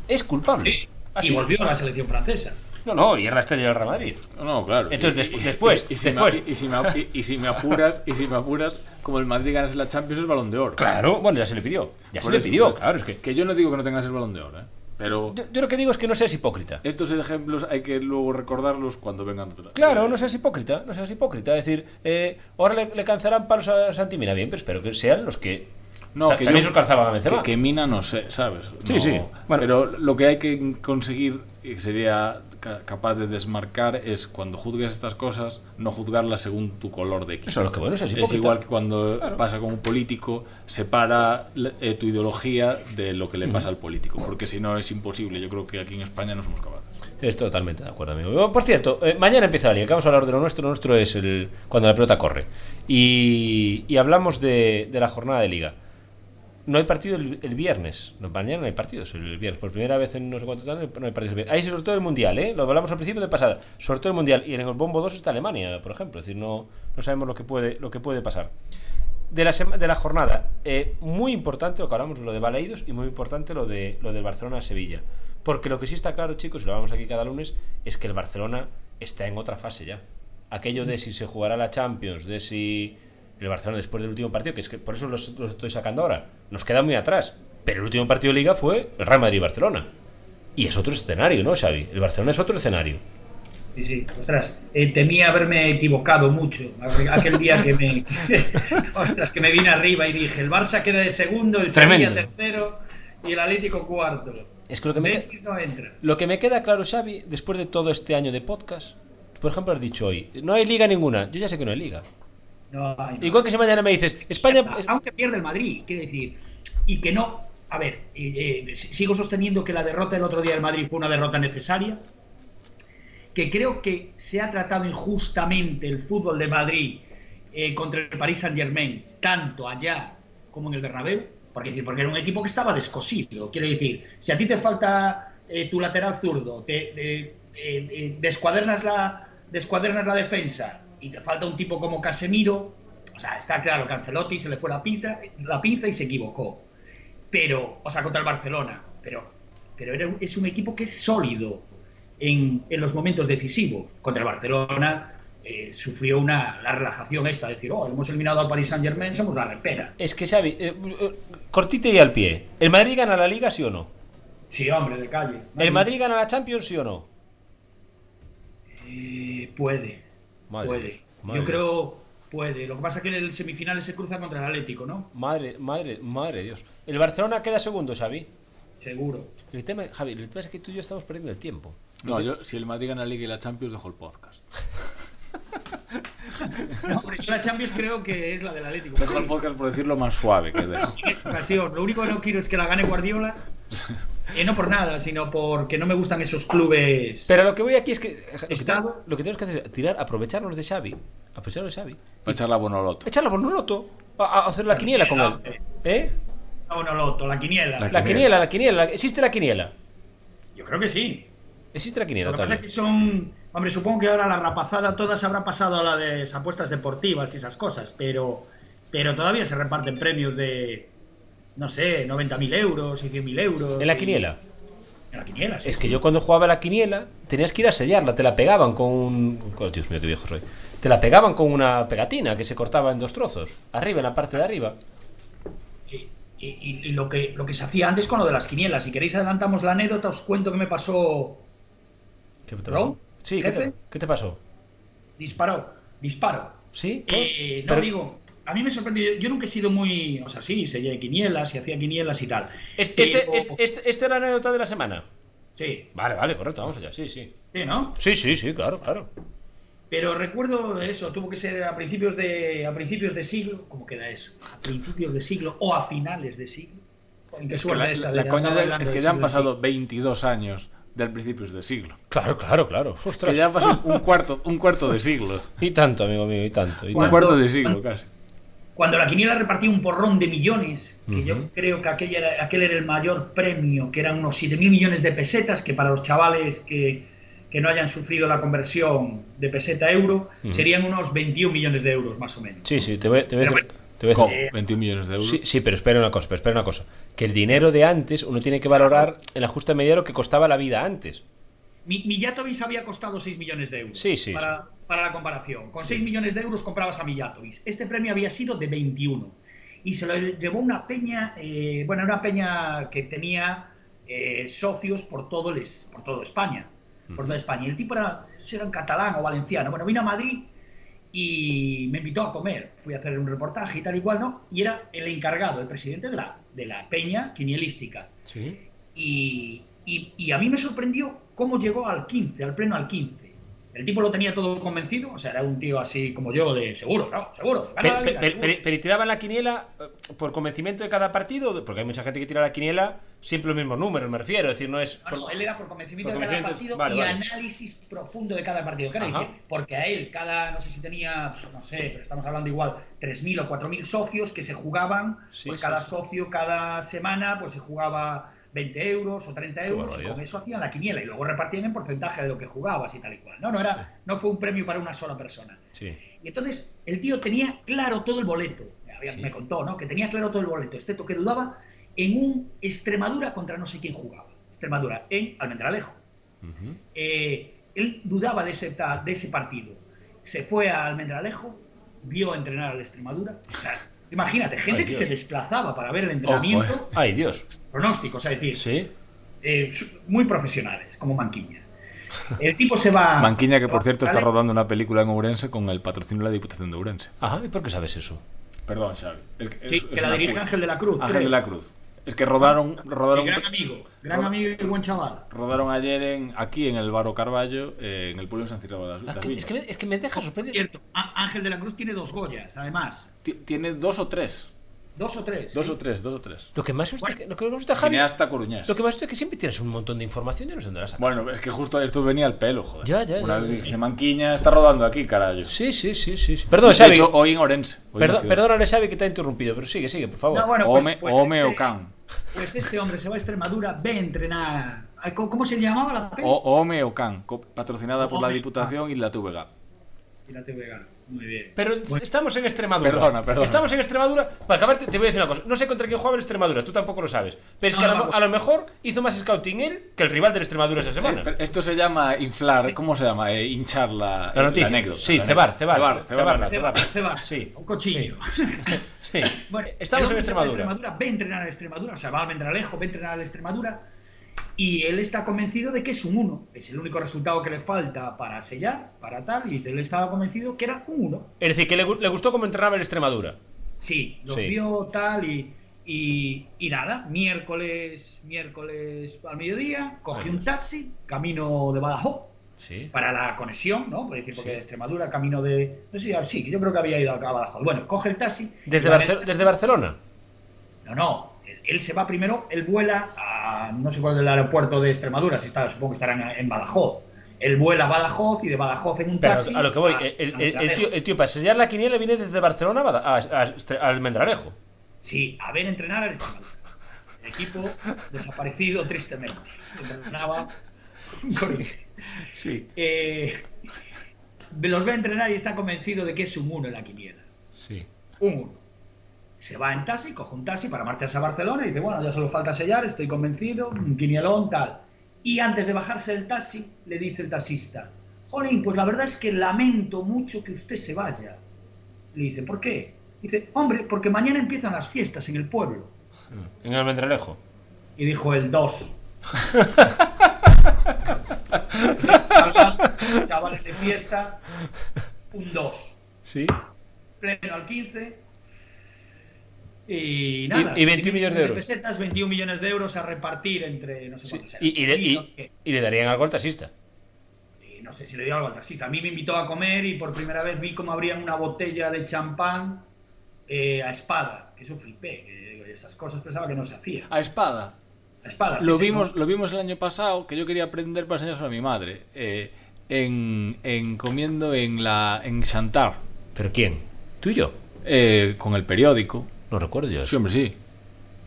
Speaker 2: Es culpable.
Speaker 4: Sí,
Speaker 3: Ah,
Speaker 2: Ha
Speaker 4: Y
Speaker 2: sido-
Speaker 4: volvió a la selección francesa.
Speaker 2: No, no, y es la estrella del Real Madrid.
Speaker 3: No, claro.
Speaker 2: Entonces,
Speaker 3: Y-
Speaker 2: despu-
Speaker 3: y-
Speaker 2: después,
Speaker 3: y- y si me-
Speaker 2: después.
Speaker 3: y- y si me ap- y- y si me apuras, y si me apuras, como el Madrid ganas la Champions es balón de oro.
Speaker 2: Claro, bueno, ya se le pidió. Ya
Speaker 3: Por
Speaker 2: se le
Speaker 3: eso,
Speaker 2: pidió,
Speaker 3: pero-
Speaker 2: claro, es que.
Speaker 3: Que yo no digo que no tengas el balón de oro, ¿eh?
Speaker 1: Pero
Speaker 2: Yo, yo lo que digo es que no seas hipócrita.
Speaker 1: estos ejemplos hay que luego recordarlos cuando vengan otras.
Speaker 2: Claro, no seas hipócrita, no seas hipócrita. Es decir, eh, ahora le, le calzarán palos a Santi Mina, bien, pero espero que sean los que.
Speaker 1: No,
Speaker 2: ta-
Speaker 1: que
Speaker 2: también
Speaker 1: yo-
Speaker 2: se los calzaba a Benzema.
Speaker 1: Que, que mina no sé, ¿sabes?
Speaker 2: Sí,
Speaker 1: No.
Speaker 2: sí. Bueno.
Speaker 1: Pero lo que hay que conseguir, y que sería ca- capaz de desmarcar, es cuando juzgues estas cosas, no juzgarlas según tu color de equipo.
Speaker 2: Eso, lo que bueno, eso es
Speaker 1: es
Speaker 2: hipócrita.
Speaker 1: igual que cuando pasa con un político, separa la- eh, tu ideología de lo que le pasa al político, porque si no es imposible. Yo creo que aquí en España no somos capaces.
Speaker 2: Es totalmente de acuerdo, amigo. Bueno, Por cierto, eh, mañana empieza la liga, que vamos a hablar de lo nuestro. Lo nuestro es el cuando la pelota corre. Y, y hablamos de, de la jornada de liga. No hay partido el, el viernes. No, mañana no hay partidos el viernes. Por primera vez en no sé cuánto tanto no hay partidos el viernes. Ahí se sorteó el Mundial, ¿eh? Lo hablamos al principio de pasada. Sorteo el Mundial. Y en el Bombo 2 está Alemania, por ejemplo. Es decir, no, no sabemos lo que puede, lo que puede pasar. De la, sema- de la jornada, eh, muy importante lo que hablamos, lo de Baleidos y muy importante lo de lo del Barcelona-Sevilla. Porque lo que sí está claro, chicos, y lo hablamos aquí cada lunes, es que el Barcelona está en otra fase ya. Aquello de si se jugará la Champions, de si el Barcelona después del último partido, que es que por eso los, los estoy sacando ahora, nos queda muy atrás. Pero el último partido de Liga fue el Real Madrid-Barcelona. Y es otro escenario, ¿no, Xavi? El Barcelona es otro escenario.
Speaker 4: Sí, sí, ostras, eh, temía haberme equivocado mucho aquel día que me, ostras, que me vine arriba y dije, el Barça queda de segundo, el Sevilla
Speaker 2: Tremendo.
Speaker 4: tercero y el Atlético cuarto.
Speaker 2: Es que lo que me,
Speaker 4: Betis no entra.
Speaker 2: Lo que me queda claro, Xavi, después de todo este año de podcast, por ejemplo, has dicho hoy, no hay liga ninguna. Yo ya sé que no hay liga.
Speaker 4: No, ay, no.
Speaker 2: Igual que si mañana me dices, España...
Speaker 4: Ah, aunque pierde el Madrid, quiero decir, y que no, a ver, eh, eh, s- sigo sosteniendo que la derrota del otro día del Madrid fue una derrota necesaria, que creo que se ha tratado injustamente el fútbol de Madrid eh, contra el Paris Saint Germain, tanto allá como en el Bernabéu, porque, decir, porque era un equipo que estaba descosido, quiero decir, si a ti te falta eh, tu lateral zurdo, te, te- eh, eh, descuadernas, la, descuadernas la defensa y te falta un tipo como Casemiro, o sea, está claro, Cancelotti se le fue la pinza, la pinza y se equivocó. Pero, o sea, contra el Barcelona. Pero, pero era un- es un equipo que es sólido en, en los momentos decisivos. Contra el Barcelona eh, sufrió una, la relajación esta, decir, oh, hemos eliminado al Paris Saint-Germain, somos la repera.
Speaker 2: Es que, Xavi, eh, eh, cortita y al pie. ¿El Madrid gana la liga, sí o no?
Speaker 4: Sí, hombre, de calle.
Speaker 2: ¿El Madrid gana la Champions, sí o no?
Speaker 4: Eh, puede,
Speaker 2: Madre
Speaker 4: puede.
Speaker 2: Dios, madre
Speaker 4: Yo creo, puede. Lo que pasa es que en el semifinal se cruza contra el Atlético, ¿no?
Speaker 2: Madre, madre, madre Dios. ¿El Barcelona queda segundo, Xavi?
Speaker 4: Seguro.
Speaker 2: El tema, Javi, el tema es que tú y yo estamos perdiendo el tiempo.
Speaker 1: No, yo, si el Madrid gana la Liga y la Champions, dejo el podcast.
Speaker 4: No, hombre, yo la Champions creo que es la del Atlético.
Speaker 1: Dejo el podcast por decirlo más suave que dejo.
Speaker 4: en esta ocasión. Lo único que no quiero es que la gane Guardiola. Eh, no por nada, sino porque no me gustan esos clubes.
Speaker 2: Pero lo que voy aquí es que... eh, Lo que,
Speaker 4: Estado.
Speaker 2: tenemos- lo que tenemos que hacer es tirar, aprovecharnos de Xavi. Aprovecharnos de Xavi.
Speaker 1: Para echar la bonoloto.
Speaker 2: Echarla por un loto. A, a hacer la quiniela con él. ¿Eh?
Speaker 4: No, no, Loto, la quiniela.
Speaker 1: La-
Speaker 2: La quiniela, la quiniela. Existe la quiniela.
Speaker 4: Yo creo que sí.
Speaker 2: Existe la quiniela
Speaker 4: Lo que pasa es
Speaker 2: también.
Speaker 4: que son. Hombre, supongo que ahora la rapazada todas habrá pasado a la de las apuestas deportivas y esas cosas, pero, pero todavía se reparten premios de. No sé, 90.000 euros y 100.000 euros.
Speaker 2: En la
Speaker 4: y-
Speaker 2: quiniela.
Speaker 4: En la quiniela, sí.
Speaker 2: Es que yo cuando jugaba a la quiniela tenías que ir a sellarla. Te la pegaban con un. con- Dios mío, qué viejo soy. Te la pegaban con una pegatina que se cortaba en dos trozos. Arriba, en la parte de arriba.
Speaker 4: Y, y- y lo, que, lo que se hacía antes con lo de las quinielas. Si queréis, adelantamos la anécdota, os cuento que me pasó
Speaker 2: ¿Qué te
Speaker 4: ¿Ron?
Speaker 2: pasó? Sí, ¿qué te,
Speaker 4: ¿Jefe?
Speaker 2: qué te pasó?
Speaker 4: Disparo, disparo.
Speaker 2: ¿Sí?
Speaker 4: Eh, no
Speaker 2: Pero-
Speaker 4: digo, a mí me sorprendió. Yo nunca he sido muy. O sea, sí, seguía quinielas y hacía quinielas y tal.
Speaker 2: Este-
Speaker 4: Pero-
Speaker 2: este- este- este- esta era la anécdota de la semana.
Speaker 4: Sí,
Speaker 2: Vale, vale, correcto, vamos allá. Sí, sí.
Speaker 4: sí, ¿no?
Speaker 2: Sí, sí, sí, claro, claro.
Speaker 4: Pero recuerdo eso, tuvo que ser a principios de a principios de siglo, ¿cómo queda eso? A principios de siglo o a finales de siglo. Joder, qué
Speaker 1: Es que
Speaker 4: suerte
Speaker 1: la,
Speaker 4: esta
Speaker 1: la-
Speaker 4: de
Speaker 1: la
Speaker 4: andar
Speaker 1: coña de-
Speaker 4: hablando
Speaker 1: es que
Speaker 4: del
Speaker 1: ya han
Speaker 4: siglo
Speaker 1: pasado 22 años del principios del siglo.
Speaker 2: Claro, claro, claro. Ostras.
Speaker 1: Que ya ha pasado un cuarto, un cuarto de siglo.
Speaker 2: Y tanto, amigo mío, y tanto. Y
Speaker 1: Un
Speaker 4: ¿Cuánto?
Speaker 2: tanto.
Speaker 1: cuarto de siglo, casi.
Speaker 4: cuando la quiniela repartía un porrón de millones, que
Speaker 2: Ujú.
Speaker 4: yo creo que aquella era- aquel era el mayor premio, que eran unos 7.000 millones de pesetas, que para los chavales que, que no hayan sufrido la conversión de peseta a euro,
Speaker 2: Ujú.
Speaker 4: serían unos 21 millones de euros más o menos.
Speaker 2: Sí, sí, te voy, te voy a
Speaker 4: Pero
Speaker 2: decir.
Speaker 4: bueno.
Speaker 2: Te voy a
Speaker 1: ¿Cómo?
Speaker 2: decir.
Speaker 1: 21 millones de euros.
Speaker 2: Sí, sí, pero espera una cosa, pero espera una cosa. Que el dinero de antes uno tiene que valorar en la justa medida lo que costaba la vida antes.
Speaker 4: Mi, Millatovis había costado 6 millones de euros.
Speaker 2: Sí, sí,
Speaker 4: Para, para la comparación. Con 6 millones de euros comprabas a Millatovis. Este premio había sido de 21. Y se lo llevó una peña, eh, bueno, una peña que tenía eh, socios por todo, el es- por todo España. Por toda España. Y el tipo era, era un catalán o valenciano. Bueno, vino a Madrid y me invitó a comer. Fui a hacer un reportaje y tal y cual, ¿no? Y era el encargado, el presidente de la, de la peña quinielística.
Speaker 2: Sí.
Speaker 4: Y, y- y a mí me sorprendió cómo llegó al 15, al pleno al 15. El tipo lo tenía todo convencido, o sea, era un tío así como yo, de seguro, claro, seguro. gana la liga, seguro".
Speaker 2: Pero ¿y tiraban la quiniela eh, por convencimiento de cada partido, porque hay mucha gente que tira la quiniela siempre los mismos números, me refiero. Es decir, no es.
Speaker 4: No, no, él era por convencimiento
Speaker 2: por
Speaker 4: de cada
Speaker 2: convencimiento,
Speaker 4: partido
Speaker 2: vale,
Speaker 4: y
Speaker 2: vale.
Speaker 4: análisis profundo de cada partido. Claro,
Speaker 2: Ajá.
Speaker 4: dice, porque a él, cada, no sé si tenía, pues, no sé, pero estamos hablando igual, 3.000 o 4.000 socios que se jugaban,
Speaker 2: Sí,
Speaker 4: pues
Speaker 2: sí,
Speaker 4: cada
Speaker 2: sí.
Speaker 4: socio cada semana, pues se jugaba 20 euros o 30 euros, y
Speaker 2: barbaridad.
Speaker 4: con eso hacían la quiniela y luego repartían en porcentaje de lo que jugabas y tal y cual. No, no, era, no fue un premio para una sola persona.
Speaker 2: Sí.
Speaker 4: Y entonces el tío tenía claro todo el boleto. Había-
Speaker 2: Sí.
Speaker 4: Me contó, ¿no? Que tenía claro todo el boleto, excepto que dudaba en un Extremadura contra no sé quién jugaba. Extremadura, en Almendralejo. Eh, él dudaba de ese, ta- de ese partido. Se fue a Almendralejo, vio entrenar al Extremadura. O sea, imagínate, gente
Speaker 2: Ay,
Speaker 4: que
Speaker 2: Dios.
Speaker 4: se desplazaba para ver el entrenamiento,
Speaker 2: Ay, Dios.
Speaker 3: eh.
Speaker 4: pronósticos, es decir,
Speaker 2: Sí.
Speaker 4: eh, su- muy profesionales, como Manquiña. El tipo se
Speaker 2: Ah,
Speaker 4: va.
Speaker 6: Manquiña, que
Speaker 4: se va
Speaker 6: por cierto
Speaker 4: a
Speaker 6: está
Speaker 4: Almendralejo.
Speaker 6: rodando una película en Ourense con el patrocinio de la Diputación de Ourense.
Speaker 2: Ajá, ¿y por qué sabes eso?
Speaker 3: Perdón, Xavi. Es que-
Speaker 4: Sí,
Speaker 3: es-
Speaker 4: que
Speaker 3: es
Speaker 4: la
Speaker 3: una
Speaker 4: dirige
Speaker 3: cura.
Speaker 4: Ángel de la Cruz.
Speaker 3: Ángel
Speaker 4: creo.
Speaker 3: de la Cruz. Ah, Es que rodaron,
Speaker 4: Mi
Speaker 3: rodaron,
Speaker 4: gran amigo, gran
Speaker 3: Rob-
Speaker 4: amigo y buen chaval.
Speaker 3: rodaron ayer en, aquí en el Baro Carballo, eh, en el pueblo de San Cirilo de las, las Viñas.
Speaker 2: me, deja sorprendido.
Speaker 4: Oh, Cierto, Á- Ángel de la Cruz tiene dos Goyas, además.
Speaker 3: Ti- Tiene dos o tres.
Speaker 4: Dos o tres.
Speaker 3: Dos o tres, dos o tres.
Speaker 2: Lo que más gusta, lo que me gusta, Javi,
Speaker 3: Cineasta coruñés.
Speaker 2: lo que más gusta es que siempre tienes un montón de información y no sé dónde la sacas.
Speaker 3: Bueno, es que justo esto venía al pelo, joder.
Speaker 2: Ya, ya,
Speaker 3: Una
Speaker 2: ya, ya.
Speaker 3: vez dije, Manquiña está rodando aquí, carajo.
Speaker 2: Sí, sí, sí, sí. sí. Perdón,
Speaker 3: de
Speaker 2: Xavi.
Speaker 3: hecho, hoy en Orense. hoy en la
Speaker 2: Perdo-
Speaker 3: ciudad.
Speaker 2: perdónale, Xavi, que te ha interrumpido, pero sigue, sigue, por favor.
Speaker 4: No, bueno, pues,
Speaker 3: Ome,
Speaker 4: pues
Speaker 3: Ome
Speaker 4: este,
Speaker 3: Ocan.
Speaker 4: Pues este hombre se va a Extremadura, ve a entrenar. Ay, ¿Cómo, cómo se llamaba la peli?
Speaker 2: Oh.
Speaker 3: O- Ome Ocan, co- patrocinada por la
Speaker 4: Ome
Speaker 3: Diputación y la TVG.
Speaker 4: Pirata Vegana, Muy bien.
Speaker 2: Pero estamos en Extremadura.
Speaker 3: Perdona, perdona.
Speaker 2: Estamos en Extremadura. Para acabar, te, te voy a decir una cosa. No sé contra quién jugaba el Extremadura, tú tampoco lo sabes. Pero es
Speaker 4: No,
Speaker 2: que a,
Speaker 4: no,
Speaker 2: lo,
Speaker 4: no.
Speaker 2: a lo mejor hizo más scouting él que el rival del Extremadura esa semana.
Speaker 3: Eh, pero esto se llama inflar, ¿cómo se llama? Eh, hinchar la,
Speaker 2: La noticia.
Speaker 3: anécdota.
Speaker 2: Sí,
Speaker 3: la
Speaker 2: cebar,
Speaker 3: anécdota.
Speaker 2: cebar,
Speaker 3: cebar,
Speaker 2: cebar,
Speaker 3: cebarla,
Speaker 4: Se
Speaker 2: cebar.
Speaker 4: va,
Speaker 3: cebarla.
Speaker 4: se va.
Speaker 2: Sí.
Speaker 4: Un cochillo.
Speaker 2: Sí.
Speaker 4: Bueno,
Speaker 2: Estamos en
Speaker 4: el hombre se va a
Speaker 2: Extremadura.
Speaker 4: Extremadura. Ve a entrenar a Extremadura, o sea, va a Vendralejo, ve a entrenar a Extremadura. Y él está convencido de que es un 1. Es el único resultado que le falta para sellar, para tal. Y él estaba convencido que era un 1.
Speaker 2: Es decir, que le, gu- le gustó cómo entrenaba el Extremadura.
Speaker 4: Sí, los
Speaker 2: Sí.
Speaker 4: vio tal y, y, y nada, miércoles, miércoles al mediodía, cogí un taxi, camino de Badajoz,
Speaker 2: Sí.
Speaker 4: para la conexión, ¿no? Por decir, porque
Speaker 2: Sí.
Speaker 4: de Extremadura, camino de... No sé, sí, yo creo que había ido a Badajoz. Bueno, coge el taxi...
Speaker 2: Desde,
Speaker 4: y va en el
Speaker 2: Barce-
Speaker 4: taxi.
Speaker 2: desde Barcelona.
Speaker 4: No, no, él, él se va primero, él vuela a... no sé cuál es el aeropuerto de Extremadura, si está, supongo que estarán en, en Badajoz. Él vuela a Badajoz y de Badajoz en un
Speaker 2: Pero
Speaker 4: taxi...
Speaker 2: a lo que voy,
Speaker 4: a-
Speaker 2: el, el-
Speaker 4: a
Speaker 2: el- el
Speaker 4: Langreo.
Speaker 2: tío, el tío para sellar la quiniela viene desde Barcelona a Bada- a, a Estre- a Almendralejo.
Speaker 4: Sí, a ver entrenar al Extremadura. El equipo desaparecido tristemente. Entrenaba.
Speaker 3: Sí.
Speaker 4: Eh, los ve a entrenar y está convencido de que es un 1 en la quiniela.
Speaker 2: Sí.
Speaker 4: Un 1. Se va en taxi, coge un taxi para marcharse a Barcelona y dice, bueno, ya solo falta sellar, estoy convencido, un quinielón, tal. Y antes de bajarse del taxi, le dice el taxista, Jolín, pues la verdad es que lamento mucho que usted se vaya. Le dice, ¿por qué? Dice, hombre, porque mañana empiezan las fiestas en el pueblo.
Speaker 2: En Almendralejo.
Speaker 4: Y dijo el 2. Chavales de fiesta, un 2.
Speaker 2: Sí.
Speaker 4: Pleno al 15. Y nada.
Speaker 2: Y- y 21 millones de euros.
Speaker 4: Pesetas, 21 millones de euros a repartir entre no sé cuántos eran.
Speaker 2: Y, y le- y-
Speaker 4: no sé qué.
Speaker 2: y le darían algo al taxista.
Speaker 4: Y no sé si le dio algo al taxista. A mí me invitó a comer y por primera vez vi cómo abrían una botella de champán eh, a espada. Que eso flipé. que, digo, esas cosas pensaba que no se hacía.
Speaker 3: A espada.
Speaker 4: A espada.
Speaker 3: Lo
Speaker 4: sí, sí,
Speaker 3: vimos, lo vimos el año pasado, que yo quería aprender para enseñárselo a mi madre. eh, en, en comiendo en la en Chantar,
Speaker 2: ¿Pero quién? ¿Tú y yo?
Speaker 3: eh, con el periódico.
Speaker 2: No recuerdo yo.
Speaker 3: Sí, hombre, sí.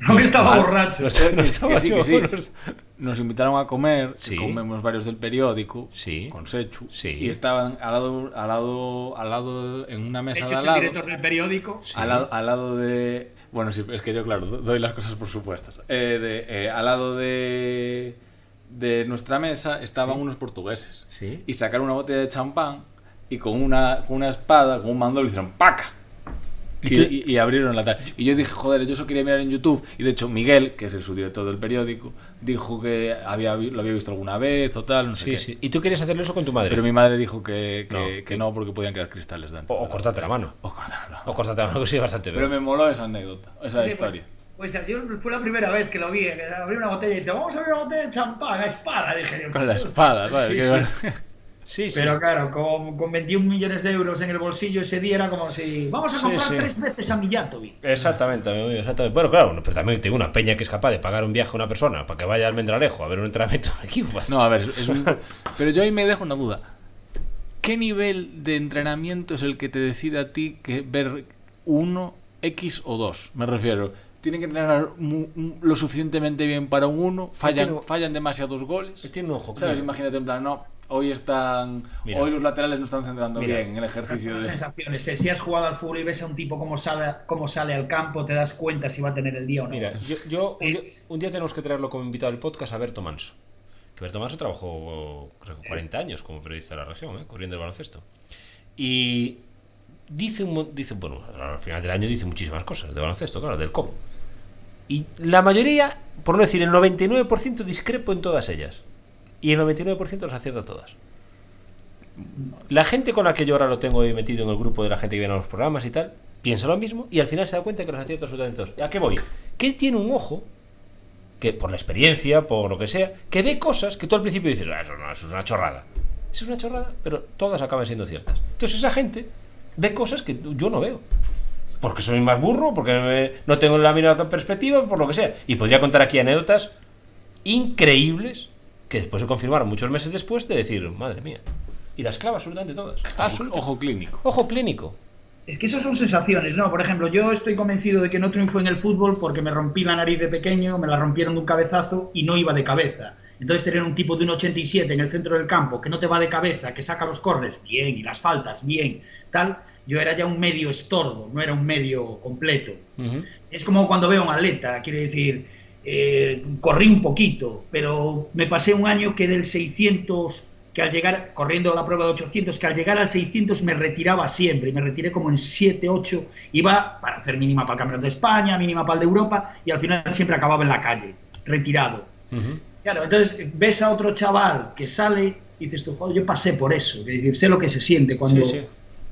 Speaker 4: No que estaba borracho.
Speaker 3: Que sí, Eh, que sí.
Speaker 2: seguros.
Speaker 3: Nos invitaron a comer,
Speaker 2: Sí.
Speaker 3: que comemos varios del periódico,
Speaker 2: Sí.
Speaker 3: con Sechu,
Speaker 2: Sí.
Speaker 3: y estaban al lado, al lado, al lado, en una mesa
Speaker 4: Secho
Speaker 3: de
Speaker 4: es
Speaker 3: al
Speaker 4: el
Speaker 3: lado,
Speaker 4: director del periódico.
Speaker 3: al lado, al lado de, bueno, sí, es que yo claro, do- doy las cosas por supuestas, Eh, de, eh, al lado de, de nuestra mesa estaban unos portugueses,
Speaker 2: Sí.
Speaker 3: y sacaron una botella de champán, y con una, con una espada, con un mando le hicieron ¡paca! Y, y- y abrieron la tal. Y yo dije, joder, yo eso quería mirar en YouTube. Y de hecho, Miguel, que es el subdirector del periódico, dijo que había, vi- lo había visto alguna vez o tal, no sé
Speaker 2: Sí,
Speaker 3: qué.
Speaker 2: sí. ¿Y tú quieres hacerlo eso con tu madre?
Speaker 3: Pero mi madre dijo que, que-
Speaker 2: No,
Speaker 3: que no, porque podían quedar cristales dentro.
Speaker 2: O, o cortarte la mano.
Speaker 3: O cortar la-
Speaker 2: O cortarte la mano, que sí, bastante.
Speaker 3: Pero
Speaker 2: bien.
Speaker 3: me moló esa anécdota, esa
Speaker 4: Oye,
Speaker 3: historia.
Speaker 4: Pues, pues yo fue la primera vez que lo vi, eh, que abrí una botella y te vamos a abrir una botella de champán a espada, dije yo.
Speaker 3: Con la espada, ¿sabes?
Speaker 2: Sí,
Speaker 3: Que
Speaker 2: sí.
Speaker 3: bueno.
Speaker 2: Sí, sí.
Speaker 4: Pero claro, con, con 21 millones de euros en el bolsillo ese día era como si vamos a
Speaker 2: Sí,
Speaker 4: comprar
Speaker 2: sí.
Speaker 4: tres veces a Mijatovic.
Speaker 2: Exactamente, amigo mío, exactamente. Bueno, claro, no, pero también tengo una peña que es capaz de pagar un viaje a una persona para que vaya al Mendralejo a ver un entrenamiento de equipo.
Speaker 3: No, a ver, es un- pero yo ahí me dejo una duda. ¿Qué nivel de entrenamiento es el que te decide a ti que ver uno, X o dos? Me refiero. Tienen que entrenar mu- mu- lo suficientemente bien para un uno, fallan,
Speaker 2: tengo-
Speaker 3: fallan demasiados goles.
Speaker 2: Tiene un ojo.
Speaker 3: ¿Sabes?
Speaker 2: claro.
Speaker 3: Imagínate en plan, no, hoy están.
Speaker 2: Mira.
Speaker 3: Hoy los laterales no están centrando
Speaker 2: Mira.
Speaker 3: bien en el ejercicio de.
Speaker 4: sensaciones. eh. Si has jugado al fútbol y ves a un tipo cómo sale, cómo sale al campo, te das cuenta si va a tener el día o no.
Speaker 2: Mira, yo, yo un, día,
Speaker 4: Es-
Speaker 2: un día tenemos que traerlo como invitado al podcast a Berto Manso. Que Berto Manso trabajó, creo que 40 años como periodista de la región, ¿eh? cubriendo el baloncesto. Y dice, un, mon- dice, bueno, al final del año dice muchísimas cosas de baloncesto, claro, del cómo. Y la mayoría, por no decir el 99%, discrepo en todas ellas. Y el 99% las acierta todas. La gente con la que yo ahora lo tengo ahí metido en el grupo de la gente que viene a los programas y tal, piensa lo mismo y al final se da cuenta que los acierta absolutamente todos. ¿A qué voy? Que él tiene un ojo, que por la experiencia, por lo que sea, que ve cosas que tú al principio dices, "Ah, eso, no, eso es una chorrada. Eso es una chorrada, pero todas acaban siendo ciertas. Entonces esa gente ve cosas que yo no veo. Porque soy más burro, porque eh, no tengo la misma perspectiva, por lo que sea. Y podría contar aquí anécdotas increíbles que después se confirmaron muchos meses después de decir, madre mía. Y las clava absolutamente todas.
Speaker 3: Ojo,
Speaker 2: Absoluta-
Speaker 3: ojo clínico.
Speaker 2: Ojo clínico.
Speaker 4: Es que eso son sensaciones, ¿no? Por ejemplo, yo estoy convencido de que no triunfo en el fútbol porque me rompí la nariz de pequeño, me la rompieron de un cabezazo y no iba de cabeza. Entonces tener un tipo de un 87 en el centro del campo que no te va de cabeza, que saca los corners bien y las faltas bien, tal, yo era ya un medio estorbo, no era un medio completo. Es como cuando veo a un atleta, quiere decir, eh, corrí un poquito, pero me pasé un año que del 600, que al llegar, corriendo la prueba de 800, que al llegar al 600 me retiraba siempre, y me retiré como en 7, 8, iba para hacer mínima para el Campeonato de España, mínima para el de Europa, y al final siempre acababa en la calle, retirado. Claro, entonces eh, ves a otro chaval que sale y dices tú, joder, yo pasé por eso, que decir, sé lo que se siente cuando...
Speaker 2: Sí, sí.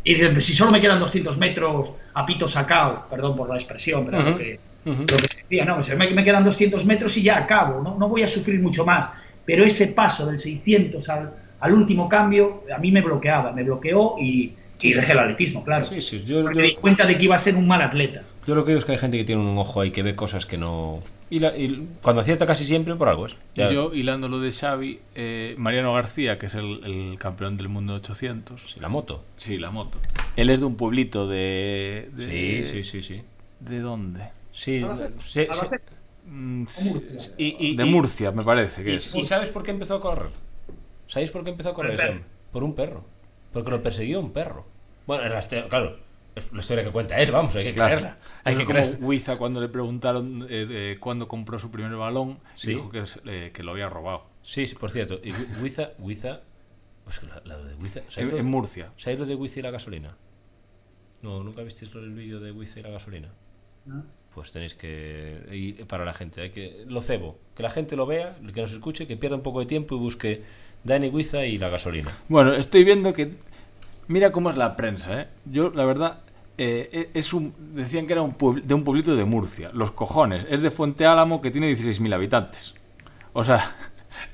Speaker 4: Y dices, "Pues si solo me quedan 200 metros a pito sacado, perdón por la expresión, pero
Speaker 2: Ujú.
Speaker 4: lo que- lo que se decía, no, o sea, me, me quedan 200 metros y ya acabo, ¿no? no voy a sufrir mucho más. Pero ese paso del 600 al, al último cambio a mí me bloqueaba, me bloqueó y, y dejé el atletismo, claro.
Speaker 2: Sí, sí, yo-
Speaker 4: Porque
Speaker 2: yo-
Speaker 4: me di cuenta de que iba a ser un mal atleta.
Speaker 2: Yo lo que digo es que hay gente que tiene un ojo ahí que ve cosas que no. Y, la- y cuando acierta casi siempre, por algo es. Ya-
Speaker 3: Y yo, hilando lo de Xavi, eh, Mariano García, que es el, el campeón del mundo de 800.
Speaker 2: Sí, La moto.
Speaker 3: Sí, la moto. Él es de un pueblito de. de-
Speaker 2: Sí, sí, sí, sí.
Speaker 3: ¿De dónde?
Speaker 2: Sí, se- se-
Speaker 3: Mm,
Speaker 4: Murcia.
Speaker 3: sí,
Speaker 2: y, y-
Speaker 3: de
Speaker 2: y-
Speaker 3: Murcia, me parece que es.
Speaker 2: ¿Y, y sabes por qué empezó a correr? ¿Sabéis por qué empezó a correr?
Speaker 4: Por el perro.
Speaker 2: Sam? Por un perro. Porque lo persiguió un perro. Bueno, es la historia- claro, es la historia que cuenta él, vamos, hay que
Speaker 3: Claro.
Speaker 2: creerla. Hay
Speaker 3: Es
Speaker 2: que
Speaker 3: como
Speaker 2: creerla.
Speaker 3: Huiza cuando le preguntaron eh, de cuándo compró su primer balón, y
Speaker 2: Sí.
Speaker 3: dijo que, es- eh, que lo había robado.
Speaker 2: Sí, sí, por cierto. Y Wi- Wiza, Wiza. pues que la, la de Wiza. ¿sabéis
Speaker 3: En,
Speaker 2: lo-
Speaker 3: en Murcia.
Speaker 2: ¿Sabéis lo de Wiza y la gasolina? No, nunca visteis el vídeo de Wiza y la gasolina.
Speaker 4: ¿no?
Speaker 2: Pues tenéis que. Y para la gente, hay que lo cebo. Que la gente lo vea, que nos escuche, que pierda un poco de tiempo y busque Dani Guiza y la gasolina.
Speaker 3: Bueno, estoy viendo que. Mira cómo es la prensa, ¿eh? Yo, la verdad, eh, e- es un. Decían que era un puebl- de un pueblito de Murcia. Los cojones. Es de Fuente Álamo que tiene 16.000 habitantes. O sea.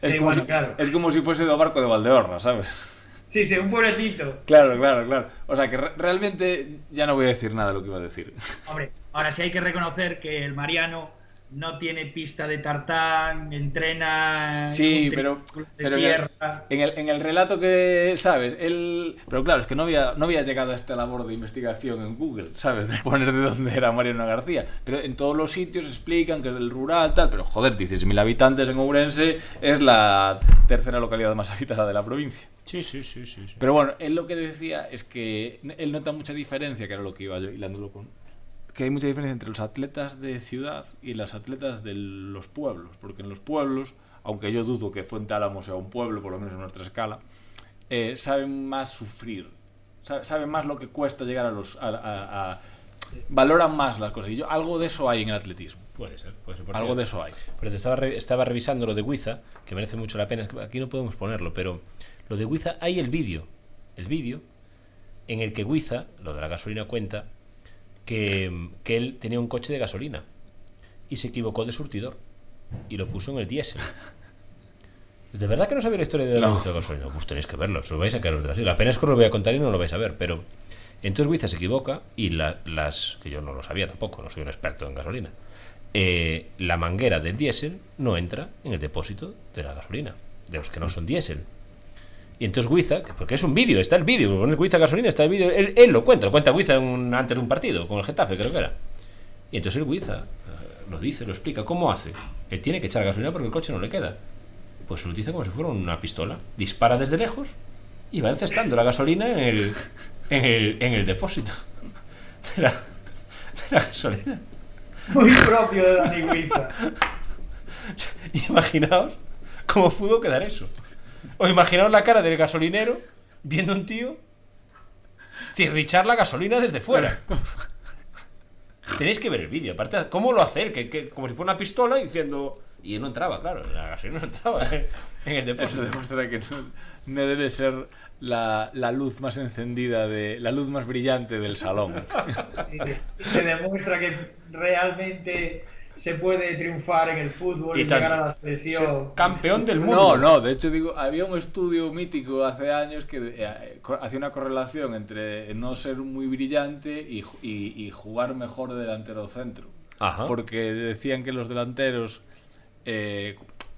Speaker 3: Es,
Speaker 4: Sí,
Speaker 3: como
Speaker 4: bueno,
Speaker 3: si,
Speaker 4: claro.
Speaker 3: es como si fuese de barco de Valdeorra, ¿sabes?
Speaker 4: Sí, sí, un pueblecito.
Speaker 3: Claro, claro, claro. O sea que re- realmente ya no voy a decir nada de lo que iba a decir.
Speaker 4: Hombre, ahora sí hay que reconocer que el Mariano no tiene pista de tartán, entrena... en
Speaker 3: Sí,
Speaker 4: un
Speaker 3: pero,
Speaker 4: triángulo de
Speaker 3: pero en, el,
Speaker 4: tierra.
Speaker 3: en el- en el relato que, ¿sabes? Él, pero claro, es que no había, no había llegado a esta labor de investigación en Google, ¿sabes? De poner de dónde era Mariano García. Pero en todos los sitios explican que es del rural, tal, pero joder, 16.000 habitantes en Ourense es la tercera localidad más habitada de la provincia.
Speaker 2: Sí, sí, sí, sí. sí.
Speaker 3: Pero bueno, él lo que decía es que n- él nota mucha diferencia, que era lo que iba yo hilándolo con. Que hay mucha diferencia entre los atletas de ciudad y las atletas de los pueblos. Porque en los pueblos, aunque yo dudo que Fuente Álamo sea un pueblo, por lo menos en nuestra escala, eh, saben más sufrir. sa- Saben más lo que cuesta llegar a los. a- a- a- valoran más las cosas. Y yo, algo de eso hay en el atletismo.
Speaker 2: Puede ser, puede ser. por
Speaker 3: Algo
Speaker 2: cierto.
Speaker 3: de eso hay.
Speaker 2: Pero te estaba, re- estaba revisando lo de Guiza, que merece mucho la pena. Aquí no podemos ponerlo, pero lo de Guiza, hay el vídeo. El vídeo en el que Guiza, lo de la gasolina, cuenta que, que él tenía un coche de gasolina y se equivocó de surtidor y lo puso en el diésel. De verdad que no sabía la historia de la
Speaker 3: No.
Speaker 2: luz de la gasolina. Pues tenéis que verlo, os lo vais a quedar detrás. La pena es que os lo voy a contar y no lo vais a ver, pero. Entonces Guiza se equivoca y la- las. que yo no lo sabía tampoco, no soy un experto en gasolina. eh, la manguera del diésel no entra en el depósito de la gasolina, de los que no son diésel. Y entonces Guiza, que- porque es un vídeo, está el vídeo, pones Guiza gasolina, está el vídeo, él, él lo cuenta, lo cuenta Guiza en un- antes de un partido, con el Getafe creo que era. Y entonces el Guiza eh, lo dice, lo explica, ¿cómo hace? Él tiene que echar gasolina porque el coche no le queda. Pues se lo utiliza como si fuera una pistola, dispara desde lejos y va encestando la gasolina en el, en el, en el depósito de la, de la gasolina.
Speaker 7: Muy propio de Dani Guiza.
Speaker 2: Imaginaos cómo pudo quedar eso. O imaginaos la cara del gasolinero viendo a un tío cirrichar la gasolina desde fuera. Tenéis que ver el vídeo, aparte, ¿cómo lo hacer? Que, que- como si fuera una pistola y diciendo. Y no entraba, claro, la gasolina no entraba en el
Speaker 3: Eso
Speaker 2: depósito.
Speaker 3: demuestra que no, no debe ser la, la luz más encendida, de la luz más brillante del salón.
Speaker 7: Se demuestra que realmente se puede triunfar en el fútbol
Speaker 2: Y
Speaker 7: y, llegar
Speaker 2: tanto.
Speaker 7: a la selección.
Speaker 2: Campeón del mundo.
Speaker 3: No, no, de hecho digo, había un estudio mítico hace años que eh, co- hacía una correlación entre no ser muy brillante y, ju- y- y jugar mejor de delantero centro.
Speaker 2: Ajá.
Speaker 3: Porque decían que los delanteros, eh,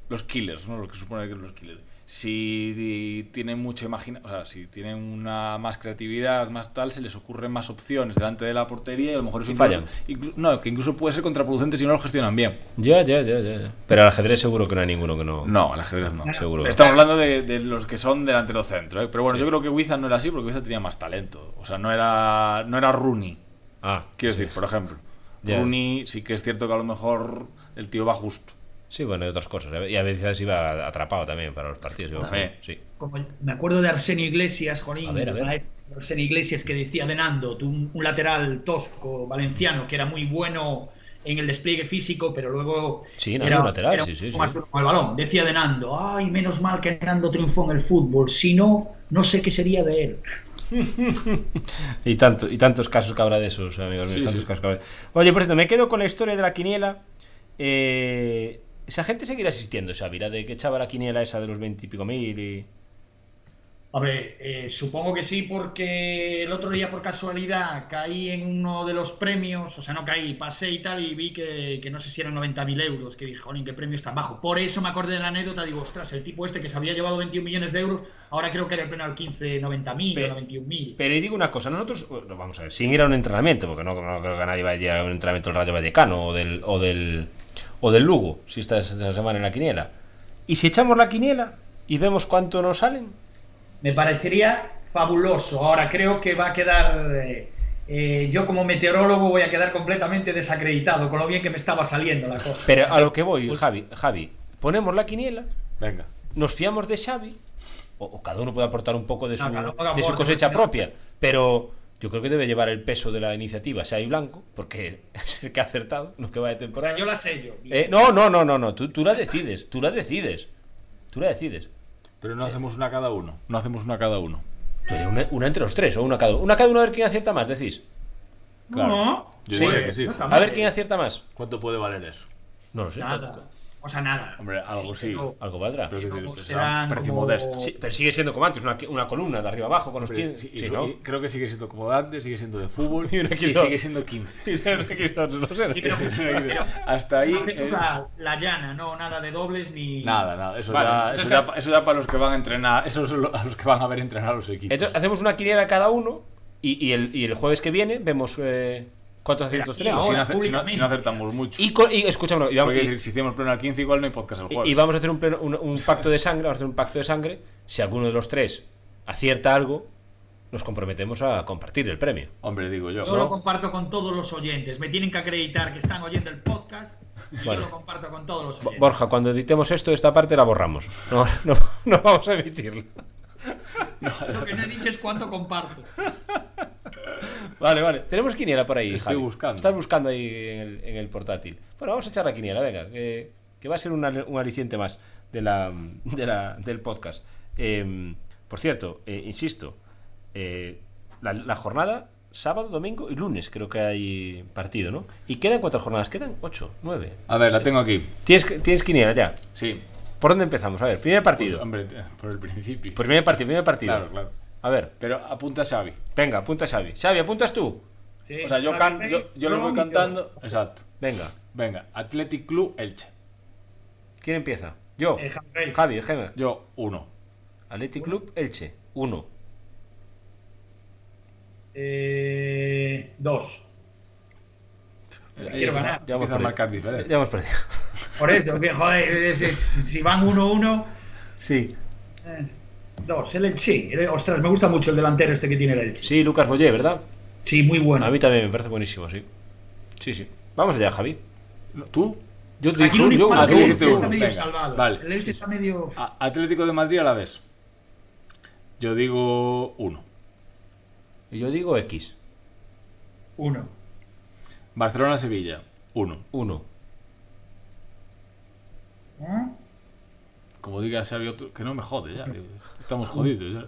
Speaker 3: los killers, ¿no? Lo que supone que los killers, si di- tienen mucha imaginación, o sea, si tienen una más creatividad, más tal, se les ocurren más opciones delante de la portería y a lo mejor eso
Speaker 2: Y
Speaker 3: incluso-
Speaker 2: fallan.
Speaker 3: inclu- no, que incluso puede ser contraproducente si no lo gestionan bien.
Speaker 2: Ya, ya, ya, ya. ya. Pero al ajedrez seguro que no hay ninguno que no.
Speaker 3: No, al ajedrez no.
Speaker 2: Seguro. que no.
Speaker 3: Estamos hablando de, de los que son delantero centro, ¿eh? pero bueno, yo creo que Wiza no era así porque Wiza tenía más talento. O sea, no era, no era Rooney,
Speaker 2: Ah,
Speaker 3: quiero decir, por ejemplo.
Speaker 2: Ya.
Speaker 3: Rooney sí que es cierto que a lo mejor el tío va justo.
Speaker 2: sí, bueno, y otras cosas. Y a veces iba atrapado también para los partidos. iba
Speaker 3: También.
Speaker 2: jugando, sí.
Speaker 7: como el- me acuerdo de Arsenio Iglesias, Jolín,
Speaker 2: A ver, a ver.
Speaker 7: maestro Arsenio Iglesias que decía de Nando, tú, un, un lateral tosco valenciano que era muy bueno en el despliegue físico, pero luego
Speaker 2: Sí, Nando,
Speaker 7: era,
Speaker 2: lateral,
Speaker 7: era
Speaker 2: sí, sí,
Speaker 7: un poco
Speaker 2: sí.
Speaker 7: más duro con el balón. Decía de Nando, ay, menos mal que Nando triunfó en el fútbol, si no, no sé qué sería de él.
Speaker 2: Y, tanto, y tantos casos que habrá de esos, amigos míos.
Speaker 3: Sí,
Speaker 2: tantos
Speaker 3: sí.
Speaker 2: casos que habrá. Oye, por cierto, me quedo con la historia de la quiniela. Eh, esa gente seguirá asistiendo, Xavi, la de que echaba la quiniela esa de los veintipico mil y...
Speaker 7: Hombre, eh, supongo que sí, porque el otro día por casualidad caí en uno de los premios, o sea, no caí, pasé y tal, y vi que, que no sé si eran 90.000 euros, que dije, jolín, qué premio tan bajo. Por eso me acordé de la anécdota, digo, ostras, el tipo este que se había llevado 21 millones de euros, ahora creo que era el premio al 15, 90.000
Speaker 2: Pe-
Speaker 7: o 91.000.
Speaker 2: Pero y digo una cosa, nosotros, bueno, vamos a ver, sin ir a un entrenamiento, porque no, no creo que nadie vaya a un entrenamiento del Rayo Vallecano o del, o del, o del Lugo, si está esta semana en la quiniela. Y si echamos la quiniela y vemos cuánto nos salen,
Speaker 7: Me parecería fabuloso. Ahora creo que va a quedar. eh, eh, yo como meteorólogo voy a quedar completamente desacreditado con lo bien que me estaba saliendo la cosa.
Speaker 2: pero a lo que voy,
Speaker 7: pues
Speaker 2: Javi, Javi, ponemos la quiniela
Speaker 3: Venga.
Speaker 2: nos fiamos de Xavi, o, o cada uno puede aportar un poco de su,
Speaker 7: No, cada uno
Speaker 2: de su
Speaker 7: aporta,
Speaker 2: cosecha
Speaker 7: porque-
Speaker 2: propia, pero yo creo que debe llevar el peso de la iniciativa Xavi Blanco, porque es el que ha acertado, no que va de
Speaker 7: O sea,
Speaker 2: temporada.
Speaker 7: yo la sello.
Speaker 2: Eh, no, no, no, no, no, tú, tú la decides, tú la decides, tú la decides.
Speaker 3: Pero no hacemos una cada uno. No hacemos una cada uno.
Speaker 2: Tú eres una, una entre los tres, o una cada uno. Una cada uno a ver quién acierta más, decís.
Speaker 7: No.
Speaker 3: Yo
Speaker 2: Sí.
Speaker 3: diría que sí.
Speaker 7: No está
Speaker 2: A ver
Speaker 7: mal.
Speaker 2: quién acierta más.
Speaker 3: ¿Cuánto puede valer eso?
Speaker 2: No lo sé.
Speaker 7: Nada. O sea, nada.
Speaker 3: Hombre, algo sí.
Speaker 7: pero-
Speaker 2: Algo valdrá.
Speaker 3: Pero que
Speaker 7: Como
Speaker 3: será un
Speaker 7: serán
Speaker 3: precio
Speaker 7: como-
Speaker 3: modesto.
Speaker 2: Sí, pero sigue siendo como antes, una, una columna de arriba abajo con los
Speaker 3: Pero-
Speaker 2: 15.
Speaker 3: sí, y
Speaker 2: sí,
Speaker 3: su-
Speaker 2: ¿no?
Speaker 3: y creo que sigue siendo comodante, sigue siendo de fútbol
Speaker 2: Y
Speaker 3: y,
Speaker 2: una quizá-
Speaker 3: sigue siendo 15.
Speaker 2: no sé.
Speaker 7: Sí, pero- pero-
Speaker 3: Hasta ahí.
Speaker 7: hacemos
Speaker 3: eh,
Speaker 7: la, la llana, no nada de dobles ni.
Speaker 3: Nada, nada, eso,
Speaker 2: Vale,
Speaker 3: ya,
Speaker 2: entonces-
Speaker 3: eso, ya, pa- eso ya para los que van a entrenar, eso es lo- a los que van a ver entrenar a los equipos.
Speaker 2: Entonces hacemos una quiniela cada uno y, y el, y el jueves que viene vemos eh, cuántos aciertos
Speaker 7: aquí
Speaker 2: tenemos.
Speaker 3: si,
Speaker 7: ahora,
Speaker 3: no, ace- si no- si no
Speaker 7: públicamente.
Speaker 3: acertamos mucho.
Speaker 2: Y, co- y escucha, bueno, y vamos,
Speaker 3: Porque
Speaker 2: y-
Speaker 3: si hicimos pleno al 15 igual no hay podcast el jueves.
Speaker 2: y- y vamos a hacer un, pleno- un- un pacto de sangre, vamos a hacer un pacto de sangre. Si alguno de los tres acierta algo, nos comprometemos a compartir el premio.
Speaker 3: Hombre, digo yo.
Speaker 7: Yo lo comparto con todos los oyentes. Me tienen que acreditar que están oyendo el podcast. Y
Speaker 2: Bueno.
Speaker 7: Yo lo comparto con todos los
Speaker 2: Bo-
Speaker 7: oyentes.
Speaker 2: Borja, cuando editemos esto, esta parte la borramos. No, no, no vamos a emitirla.
Speaker 7: Lo que no he dicho es cuánto comparto.
Speaker 2: Vale, vale. Tenemos quiniela por ahí.
Speaker 3: Estoy
Speaker 2: Javi.
Speaker 3: buscando.
Speaker 2: Estás buscando ahí en el, en el portátil. Bueno, vamos a echar la quiniela, venga. Que, que va a ser un, al- un aliciente más de la, de la- del podcast. Eh, por cierto, eh, insisto, eh, la, la jornada, sábado, domingo y lunes creo que hay partido, ¿no? Y quedan cuántas jornadas, quedan ocho, nueve.
Speaker 3: A ver,
Speaker 2: Sí.
Speaker 3: la tengo aquí.
Speaker 2: Tienes, tienes quiniela ya.
Speaker 3: Sí.
Speaker 2: ¿Por dónde empezamos? A ver, primer
Speaker 3: Pues,
Speaker 2: partido. Pues
Speaker 3: hombre, t- por el principio.
Speaker 2: Primer partido, primer partido.
Speaker 3: Claro, claro.
Speaker 2: A ver,
Speaker 3: Pero apunta Xavi.
Speaker 2: venga, apunta Xavi. Xavi, apuntas tú.
Speaker 7: Sí,
Speaker 3: O sea, yo, can- yo, yo los voy
Speaker 7: Vómito.
Speaker 3: cantando. Exacto.
Speaker 2: Venga.
Speaker 3: Venga, Athletic Club Elche.
Speaker 2: ¿Quién empieza? Yo.
Speaker 7: Eh, Javi.
Speaker 2: Javi, Gema.
Speaker 3: Yo, uno.
Speaker 2: Athletic Club, Elche. 1.
Speaker 7: Eh, dos.
Speaker 3: Eh,
Speaker 7: Quiero ganar.
Speaker 3: Ya vamos a marcar diferencia.
Speaker 2: Ya hemos perdido.
Speaker 7: Por eso, que joder, es- es- si van 1-1, uno, uno,
Speaker 2: Sí.
Speaker 7: eh, dos. El Elche, el- ostras, me gusta mucho el delantero este que tiene el Elche.
Speaker 2: Sí, Lucas Boyé, ¿verdad?
Speaker 7: Sí, muy bueno.
Speaker 2: A mí también me parece buenísimo, sí. Sí, sí. Vamos allá, Javi.
Speaker 3: ¿Tú?
Speaker 2: Yo te
Speaker 7: Aquí lo único malo
Speaker 3: ah,
Speaker 7: es este
Speaker 3: tú dijiste
Speaker 7: que el Elche está
Speaker 3: uno,
Speaker 7: medio
Speaker 3: venga,
Speaker 7: salvado.
Speaker 3: vale. Ah.
Speaker 7: El Elche está medio.
Speaker 3: A- Atlético de Madrid a la vez. Yo digo uno.
Speaker 2: Y yo digo X.
Speaker 7: Uno.
Speaker 3: Barcelona-Sevilla, uno.
Speaker 2: 1.
Speaker 7: ¿Eh?
Speaker 3: Como diga Xavi otro, que no me jode ya. que Estamos jodidos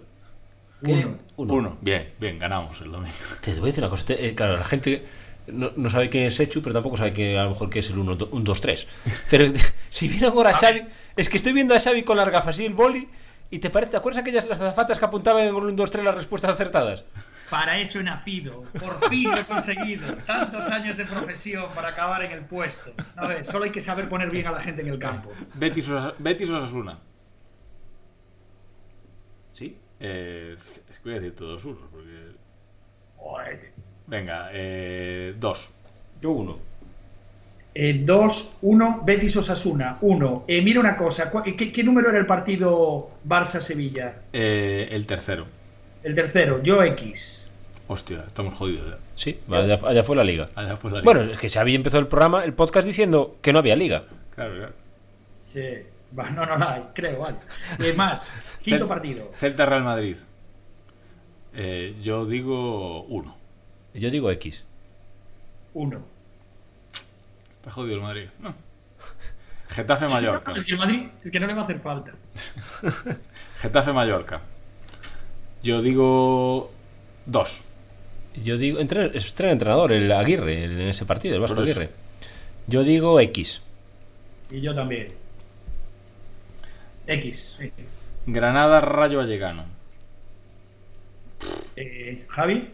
Speaker 3: ya.
Speaker 7: Uno.
Speaker 3: Uno. Bien, bien, ganamos el domingo.
Speaker 2: Te voy a decir una cosa. te- eh, claro, la gente no, no sabe quién es Echu, pero tampoco sabe que a lo mejor que es el 1, un 2, 3. Pero si viene
Speaker 7: Ah.
Speaker 2: ahora Xavi, es que estoy viendo a Xavi con las gafas y el boli. ¿Y te parece? ¿Te acuerdas aquellas las azafatas que apuntaban con un 2, 3 las respuestas acertadas?
Speaker 7: Para eso he nacido, por fin lo he conseguido. Tantos años de profesión para acabar en el puesto. A ver, solo hay que saber poner bien a la gente en el campo.
Speaker 3: Betis, Osas- Betis Osasuna.
Speaker 2: Sí.
Speaker 3: Eh, es que voy a decir todos unos, porque.
Speaker 7: Joder.
Speaker 3: Venga, eh, dos.
Speaker 2: Yo 1.
Speaker 7: Eh, 2, 1, Betis Osasuna, 1. Eh, mira una cosa, ¿cu- ¿qué, qué número era el partido Barça-Sevilla?
Speaker 3: Eh, el tercero.
Speaker 7: El tercero, yo X.
Speaker 3: Hostia, estamos jodidos ya.
Speaker 2: Sí, allá, allá fue la liga.
Speaker 3: Allá fue la liga.
Speaker 2: Bueno, es que Xavi empezó el programa, el podcast diciendo que no había liga.
Speaker 3: claro, claro.
Speaker 7: Sí, va, no, no la hay, creo, vale. Eh, más, quinto partido.
Speaker 3: Celta Real Madrid. Eh, yo digo uno.
Speaker 2: Yo digo X.
Speaker 7: 1.
Speaker 3: Está jodido el Madrid. No. Getafe Mallorca.
Speaker 7: Es que el Madrid, es que no le va a hacer falta.
Speaker 3: Getafe Mallorca. Yo digo dos.
Speaker 2: Yo digo, entre, es tres entrenador, el Aguirre, el- en ese partido, el Vasco
Speaker 3: Por eso.
Speaker 2: Aguirre. Yo digo X.
Speaker 7: Y yo también. X. sí.
Speaker 3: Granada Rayo Vallecano.
Speaker 7: Eh, Javi,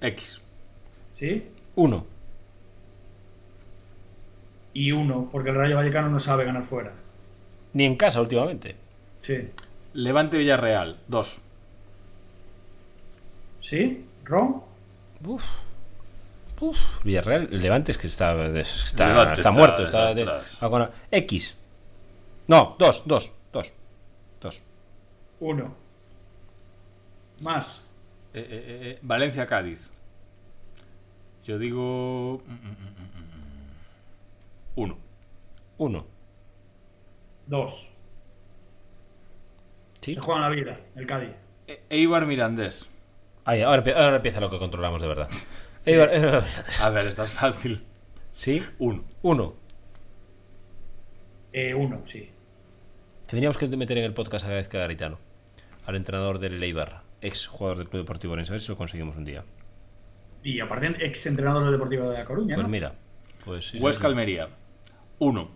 Speaker 3: X.
Speaker 7: ¿sí?
Speaker 2: 1.
Speaker 7: Y 1, porque el Rayo Vallecano no sabe ganar fuera.
Speaker 2: Ni en casa últimamente.
Speaker 7: Sí.
Speaker 3: Levante Villarreal. Dos.
Speaker 7: ¿Sí? ¿Ron?
Speaker 2: Uf. Uf. Villarreal, el Levante es que está, es que está,
Speaker 3: El Levante
Speaker 2: está
Speaker 3: está
Speaker 2: muerto. Está de-
Speaker 3: desastrado.
Speaker 2: va con- X. No, 2, 2, 2. 2.
Speaker 7: 1. Más.
Speaker 3: Eh, eh, eh, eh, Valencia Cádiz. Yo digo mm, mm, mm, mm, mm. uno.
Speaker 2: 1.
Speaker 7: 2.
Speaker 2: ¿Sí?
Speaker 7: Se juegan la vida, el Cádiz.
Speaker 3: E- Eibar Mirandés.
Speaker 2: Ahí, ahora, empie- ahora empieza lo que controlamos de verdad. Eibar- Eibar-
Speaker 3: A ver, está fácil.
Speaker 2: sí,
Speaker 3: Uno.
Speaker 2: 1.
Speaker 7: Eh, 1, sí.
Speaker 2: Tendríamos que meter en el podcast a Gaizka Garitano, al entrenador del Eibar, ex jugador del Club Deportivo Orense. A ver si lo conseguimos un día.
Speaker 7: Y aparte, ex entrenador del Deportivo de La Coruña.
Speaker 2: Pues
Speaker 7: ¿no?
Speaker 2: mira, pues sí, sí,
Speaker 3: Huesca
Speaker 2: sí.
Speaker 3: Almería. Uno.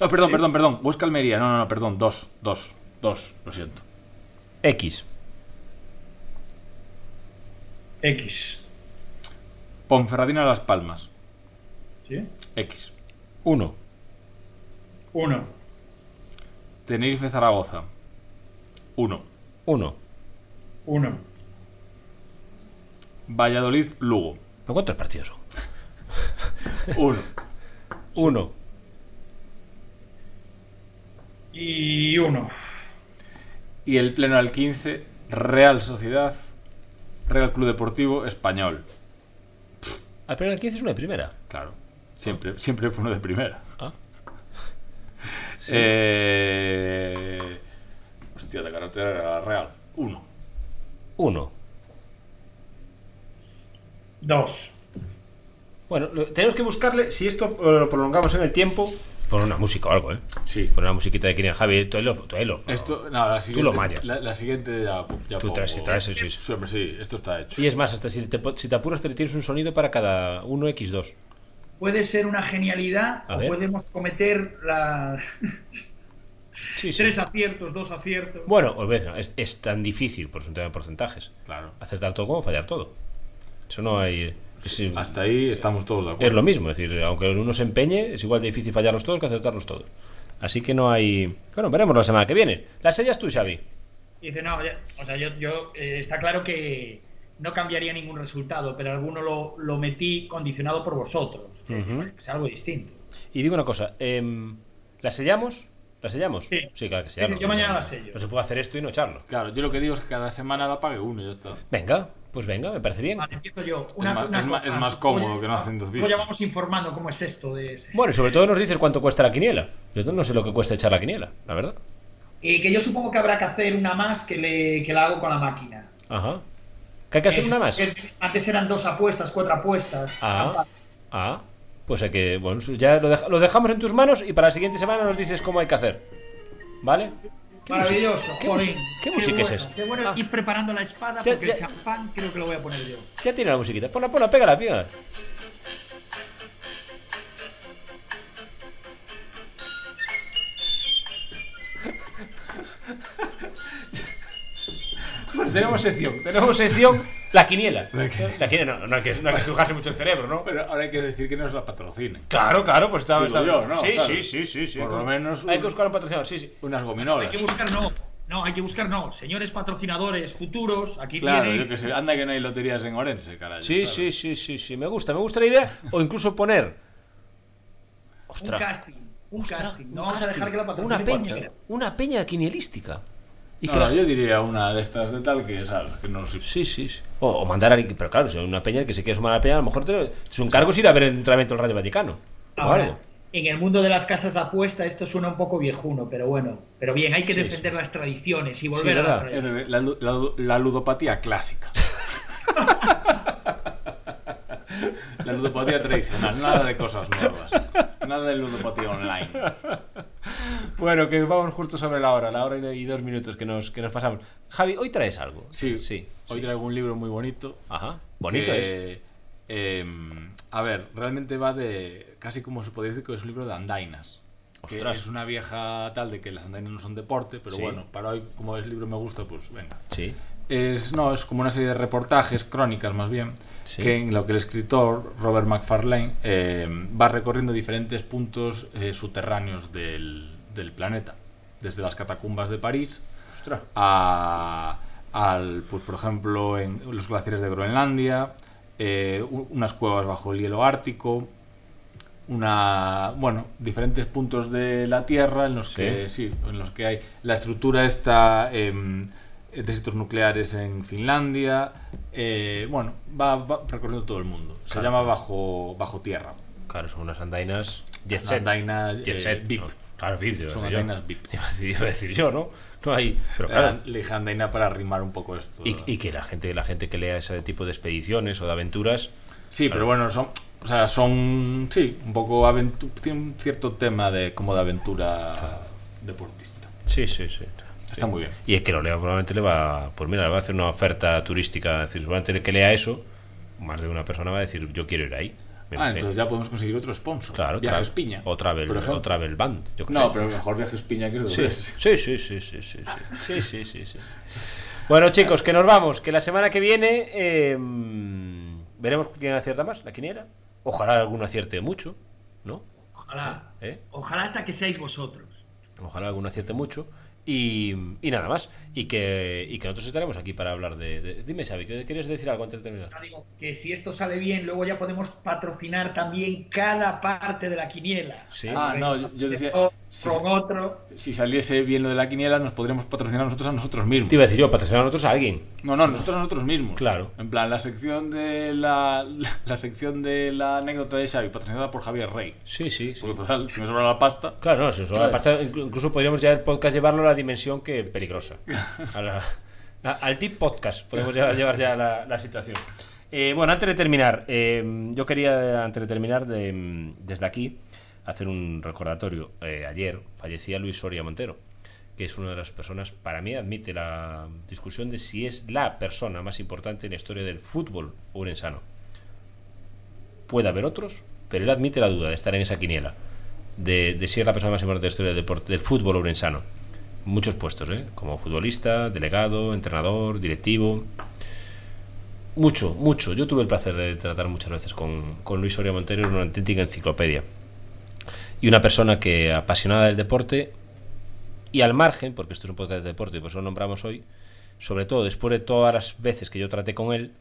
Speaker 3: Oh, perdón, perdón, perdón. Huesca Almería. No, no, no, perdón. Dos. Dos. Dos. Lo siento.
Speaker 2: X.
Speaker 7: X.
Speaker 3: Ponferradina Las Palmas.
Speaker 7: ¿Sí?
Speaker 3: X.
Speaker 2: 1.
Speaker 7: 1.
Speaker 3: Tenerife Zaragoza. Uno.
Speaker 2: 1.
Speaker 7: 1.
Speaker 3: Valladolid Lugo.
Speaker 2: ¿No cuántos partidos son?
Speaker 3: Uno.
Speaker 2: 1.
Speaker 7: Y 1.
Speaker 3: Y el pleno al 15. Real Sociedad. Real Club Deportivo Español.
Speaker 2: Al primer 15 es una de primera.
Speaker 3: Claro. Siempre, siempre fue uno de primera.
Speaker 2: Ah.
Speaker 3: Eh... Hostia, de carretera Real. Uno.
Speaker 2: 1.
Speaker 7: Dos.
Speaker 8: Bueno, lo- tenemos que buscarle, si esto eh, lo prolongamos en el tiempo,
Speaker 2: Pon una música o algo, ¿eh?
Speaker 3: Sí.
Speaker 2: Pon una musiquita de Kirian Javi, tú ahí lo- tú ahí lo-
Speaker 3: Esto, no, la siguiente.
Speaker 2: lo mallas.
Speaker 3: La, la siguiente ya, ya
Speaker 2: Tú traes-
Speaker 3: pongo-
Speaker 2: traes, sí, sí.
Speaker 3: Siempre, sí, esto está hecho.
Speaker 2: Y es más, hasta si te, po- si te apuras, te tienes un sonido para cada 1x2.
Speaker 7: Puede ser una genialidad
Speaker 2: A
Speaker 7: o
Speaker 2: ver.
Speaker 7: podemos cometer la...
Speaker 2: Sí, sí.
Speaker 7: tres aciertos, dos aciertos.
Speaker 2: Bueno, os ves, no, es, es tan difícil por es un tema de porcentajes.
Speaker 3: Claro.
Speaker 2: Acertar todo como fallar todo. Eso no hay. Es,
Speaker 3: Hasta ahí estamos todos de
Speaker 2: es
Speaker 3: acuerdo.
Speaker 2: lo mismo, es decir, aunque uno se empeñe, es igual de difícil fallarlos todos que acertarlos todos. Así que no hay. Bueno, veremos la semana que viene. Las sellas tú, Xavi.
Speaker 7: Y dice, no, ya- o sea, yo, yo, eh, está claro que no cambiaría ningún resultado, pero alguno lo, lo metí condicionado por vosotros.
Speaker 2: Ujú.
Speaker 7: Es algo distinto.
Speaker 2: Y digo una cosa, em, ¿la sellamos? ¿La sellamos?
Speaker 7: Sí.
Speaker 2: claro que
Speaker 7: Sí,
Speaker 2: sellarlo.
Speaker 7: sí, yo mañana la sello.
Speaker 2: No se puede hacer esto y no echarlo.
Speaker 3: Claro, yo lo que digo es que cada semana la pague uno y ya está.
Speaker 2: Venga, pues venga, me parece bien.
Speaker 7: Vale, empiezo yo.
Speaker 3: Es
Speaker 7: Una,
Speaker 3: más-
Speaker 7: una
Speaker 3: es más-
Speaker 7: cosa.
Speaker 3: es más cómodo
Speaker 7: Oye,
Speaker 3: que no hacen dos
Speaker 7: luego
Speaker 3: bichos.
Speaker 7: ya vamos informando cómo es esto de...
Speaker 2: Bueno, y sobre todo nos dices cuánto cuesta la quiniela. Yo no sé lo que cuesta echar la quiniela, la verdad.
Speaker 7: Eh, que yo supongo que habrá que hacer una más que, le, que la hago con la máquina.
Speaker 2: Ajá. ¿Que hay que hacer
Speaker 7: Eh,
Speaker 2: una más?
Speaker 7: que Antes eran dos apuestas, cuatro apuestas.
Speaker 2: Ah, ah. Pues hay que. Bueno, ya lo, dej- lo dejamos en tus manos y para la siguiente semana nos dices cómo hay que hacer. ¿Vale? ¿Qué
Speaker 7: Maravilloso.
Speaker 2: música- ¿Qué,
Speaker 7: jolín.
Speaker 2: música- qué música es
Speaker 7: bueno,
Speaker 2: esa?
Speaker 7: Qué bueno ir preparando la espada
Speaker 2: Ya-
Speaker 7: porque
Speaker 2: ya-
Speaker 7: el champán creo que lo voy a poner yo.
Speaker 2: Ya tiene la musiquita. Ponla, ponla, pégala, pégala.
Speaker 8: Bueno, tenemos sección, tenemos sección, la quiniela.
Speaker 2: La quiniela, no, no hay que, no hay que sujarse mucho el cerebro, ¿no?
Speaker 3: Pero ahora hay que decir que nos la patrocinen.
Speaker 2: Claro, claro, pues estaba.
Speaker 3: Digo
Speaker 2: estaba-
Speaker 3: yo, ¿no?
Speaker 2: sí,
Speaker 3: Claro.
Speaker 2: sí, sí, sí, sí.
Speaker 3: Por lo menos
Speaker 2: Hay que
Speaker 3: un-
Speaker 2: buscar un patrocinador, sí, sí.
Speaker 3: unas gominolas.
Speaker 7: Hay que buscar no. No, hay que buscar no. Señores patrocinadores futuros, aquí
Speaker 3: Claro,
Speaker 7: tienen.
Speaker 3: yo que sé. Anda que no hay loterías en Orense, caray.
Speaker 2: Sí, sí, sí, sí, sí. Me gusta, me gusta la idea. O incluso poner.
Speaker 7: Un
Speaker 2: Ostras.
Speaker 7: casting. Un
Speaker 2: Ostras,
Speaker 7: casting.
Speaker 2: un
Speaker 7: No vamos a
Speaker 2: casting.
Speaker 7: dejar que la patrocine
Speaker 2: Una peña,
Speaker 7: cualquiera.
Speaker 2: una peña quinielística. Y
Speaker 3: No,
Speaker 2: que la-
Speaker 3: yo diría una de estas de tal que, ¿sabes? Que no sé.
Speaker 2: Sí, sí, sí. O, o mandar a alguien, pero claro, si hay una peña que se quiere sumar a la peña, a lo mejor te, es un cargo es ir a ver el entrenamiento del Radio Vaticano. O algo.
Speaker 7: Ahora, en el mundo de las casas de apuesta esto suena un poco viejuno, pero bueno. Pero bien, hay que
Speaker 2: Sí,
Speaker 7: defender las tradiciones y
Speaker 2: Sí,
Speaker 7: volver a
Speaker 2: ¿verdad?
Speaker 7: las
Speaker 3: Es
Speaker 7: tradiciones.
Speaker 3: de- la, lu- la lu- la ludopatía clásica. La ludopatía tradicional, nada de cosas nuevas. Nada de ludopatía online.
Speaker 2: Bueno, que vamos justo sobre la hora, la hora y dos minutos que nos, que nos pasamos. Javi, hoy traes algo.
Speaker 3: Sí,
Speaker 2: sí.
Speaker 3: Hoy traigo un libro muy bonito.
Speaker 2: Ajá. Bonito es.
Speaker 3: que, em, a ver, realmente va de. casi como se podría decir que es un libro de andainas. Que
Speaker 2: Ostras.
Speaker 3: es una vieja tal de que las andainas no son deporte, pero
Speaker 2: Sí.
Speaker 3: bueno, para hoy, como el libro me gusta, pues venga.
Speaker 2: Sí.
Speaker 3: Es, no, es como una serie de reportajes, crónicas más bien,
Speaker 2: Sí.
Speaker 3: que en lo que el escritor Robert McFarlane eh, va recorriendo diferentes puntos eh, subterráneos del, del planeta. Desde las catacumbas de París
Speaker 2: Ostras.
Speaker 3: a, al, pues, por ejemplo, en los glaciares de Groenlandia, eh, u- unas cuevas bajo el hielo ártico, una, bueno, diferentes puntos de la Tierra en los que sí, en los que hay la estructura está em, eh, desitos nucleares en Finlandia, eh, bueno, va, va recorriendo todo el mundo. Se
Speaker 2: Claro.
Speaker 3: llama bajo bajo tierra.
Speaker 2: Claro, son unas andainas. Jet
Speaker 3: Las
Speaker 2: set.
Speaker 3: andainas,
Speaker 2: Jet
Speaker 3: eh,
Speaker 2: set.
Speaker 3: VIP.
Speaker 2: ¿no? Claro, VIP. iba a
Speaker 3: Son
Speaker 2: decir yo.
Speaker 3: andainas VIP.
Speaker 2: Iba a decir- iba a decir yo, ¿no? No hay. Pero claro.
Speaker 3: Le dije a Andaina para rimar un poco esto.
Speaker 2: Y, y que la gente, la gente que lea ese tipo de expediciones o de aventuras,
Speaker 3: Sí, pero bueno, son. O sea, son. Sí, un poco. aventu- Tiene un cierto tema de como de aventura deportista.
Speaker 2: sí, sí, sí.
Speaker 3: Está muy bien.
Speaker 2: Y es que lo lea probablemente le va, pues mira, le va a hacer una oferta turística, es decir, seguramente el que lea eso, más de una persona va a decir, yo quiero ir ahí. Me
Speaker 3: Ah,
Speaker 2: parece.
Speaker 3: entonces ya podemos conseguir otro sponsor.
Speaker 2: claro,
Speaker 3: Viajes
Speaker 2: tra-
Speaker 3: Piña.
Speaker 2: O Travel,
Speaker 3: por ejemplo.
Speaker 2: o travel Band, yo qué sé.
Speaker 3: No, pero mejor Viajes Piña que eso.
Speaker 2: Sí, sí, sí, sí, sí, sí, sí, sí, sí, sí, sí. Bueno, chicos, que nos vamos, que la semana que viene eh, veremos quién acierta más, la quiniela. Ojalá alguno acierte mucho, ¿no?
Speaker 7: Ojalá.
Speaker 2: ¿Eh?
Speaker 7: Ojalá hasta que seáis vosotros.
Speaker 2: Ojalá alguno acierte mucho. Y, y nada más. Y que, y que nosotros estaremos aquí para hablar de. de- Dime, Xavi, ¿qué querías decir algo antes de
Speaker 7: Ya
Speaker 2: terminar?
Speaker 7: digo que si esto sale bien, luego ya podemos patrocinar también cada parte de la quiniela.
Speaker 2: Sí.
Speaker 3: Ah, no, yo, yo decía.
Speaker 7: Con
Speaker 3: Si,
Speaker 7: otro.
Speaker 3: si saliese bien lo de la quiniela, nos podríamos patrocinar nosotros a nosotros mismos.
Speaker 2: Te iba a decir yo, patrocinar a nosotros a alguien.
Speaker 3: No, no, nosotros a nosotros mismos.
Speaker 2: Claro.
Speaker 3: En plan, la sección de la, la, sección de la anécdota de Xavi, patrocinada por Javier Rey.
Speaker 2: Sí, sí, sí.
Speaker 3: Porque total, si me sobra la pasta.
Speaker 2: Claro, no, si os sobra la pasta, inclu- incluso podríamos ya el podcast llevarlo a la dimensión que peligrosa. A la- a- al tip podcast podemos llevar, llevar ya la, la situación. Eh, bueno, antes de terminar, eh, yo quería, antes de terminar, de- desde aquí, hacer un recordatorio. Eh, ayer fallecía Luis Soria Montero, que es una de las personas, para mí, admite la discusión de si es la persona más importante en la historia del fútbol urensano. Puede haber otros, pero él admite la duda de estar en esa quiniela, de, de si es la persona más importante de la historia del, deporte- del fútbol urensano. Muchos puestos, ¿eh? como futbolista, delegado, entrenador, directivo. Mucho, mucho. Yo tuve el placer de tratar muchas veces con, con Luis Soria Montero, era una auténtica enciclopedia. Y una persona que apasionada del deporte y al margen, porque esto es un podcast de deporte y por eso lo nombramos hoy, sobre todo después de todas las veces que yo traté con él,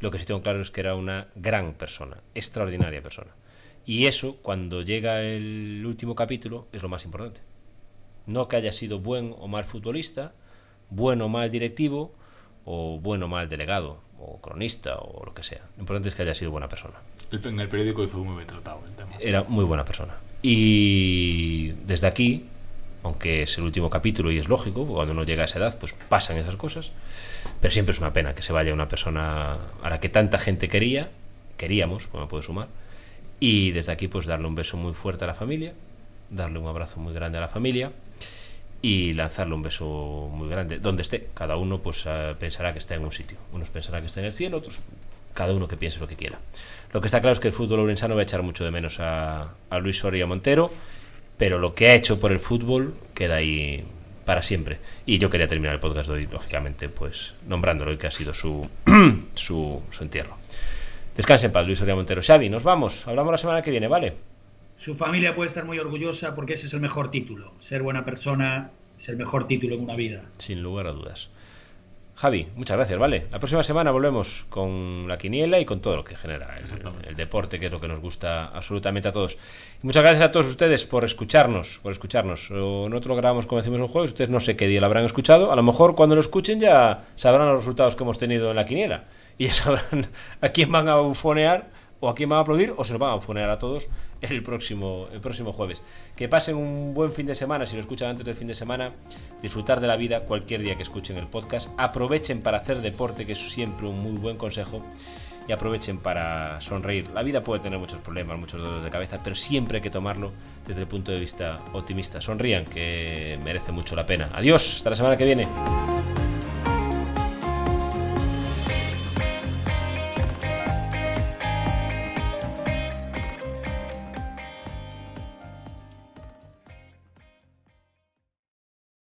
Speaker 2: lo que sí tengo claro es que era una gran persona, extraordinaria persona. Y eso, cuando llega el último capítulo, es lo más importante. No que haya sido buen o mal futbolista, buen o mal directivo, o buen o mal delegado, o cronista, o lo que sea. Lo importante es que haya sido buena persona.
Speaker 3: El- en el periódico hoy fue muy bien tratado el tema.
Speaker 2: Era muy buena persona. Y desde aquí, aunque es el último capítulo y es lógico, porque cuando uno llega a esa edad, pues pasan esas cosas. Pero siempre es una pena que se vaya una persona a la que tanta gente quería, queríamos, como me puedo sumar. Y desde aquí, pues darle un beso muy fuerte a la familia, darle un abrazo muy grande a la familia y lanzarle un beso muy grande, donde esté. Cada uno pues eh, pensará que está en un sitio. Unos pensarán que está en el cielo, otros cada uno que piense lo que quiera. Lo que está claro es que el fútbol ourensano va a echar mucho de menos a, a Luis Soria Montero, pero lo que ha hecho por el fútbol queda ahí para siempre. Y yo quería terminar el podcast de hoy, lógicamente, pues nombrándolo y que ha sido su, su, su entierro. Descansen en paz, Luis Soria Montero. Xavi, nos vamos. Hablamos la semana que viene, ¿vale?
Speaker 7: Su familia puede estar muy orgullosa porque ese es el mejor título. Ser buena persona es el mejor título en una vida.
Speaker 2: Sin lugar a dudas. Javi, muchas gracias, ¿vale? La próxima semana volvemos con la quiniela y con todo lo que genera el,
Speaker 3: Exactamente.
Speaker 2: el deporte, que es lo que nos gusta absolutamente a todos. Y muchas gracias a todos ustedes por escucharnos, por escucharnos. O Nosotros lo grabamos como decimos un jueves, ustedes no sé qué día lo habrán escuchado. A lo mejor cuando lo escuchen ya sabrán los resultados que hemos tenido en la quiniela. Y ya sabrán a quién van a bufonear o a quién van a aplaudir o se nos van a bufonear a todos el próximo, el próximo jueves. Que pasen un buen fin de semana, si lo escuchan antes del fin de semana, disfrutar de la vida cualquier día que escuchen el podcast. Aprovechen para hacer deporte, que es siempre un muy buen consejo y aprovechen para sonreír. La vida puede tener muchos problemas, muchos dolores de cabeza, pero siempre hay que tomarlo desde el punto de vista optimista. Sonrían, que merece mucho la pena. Adiós, hasta la semana que viene.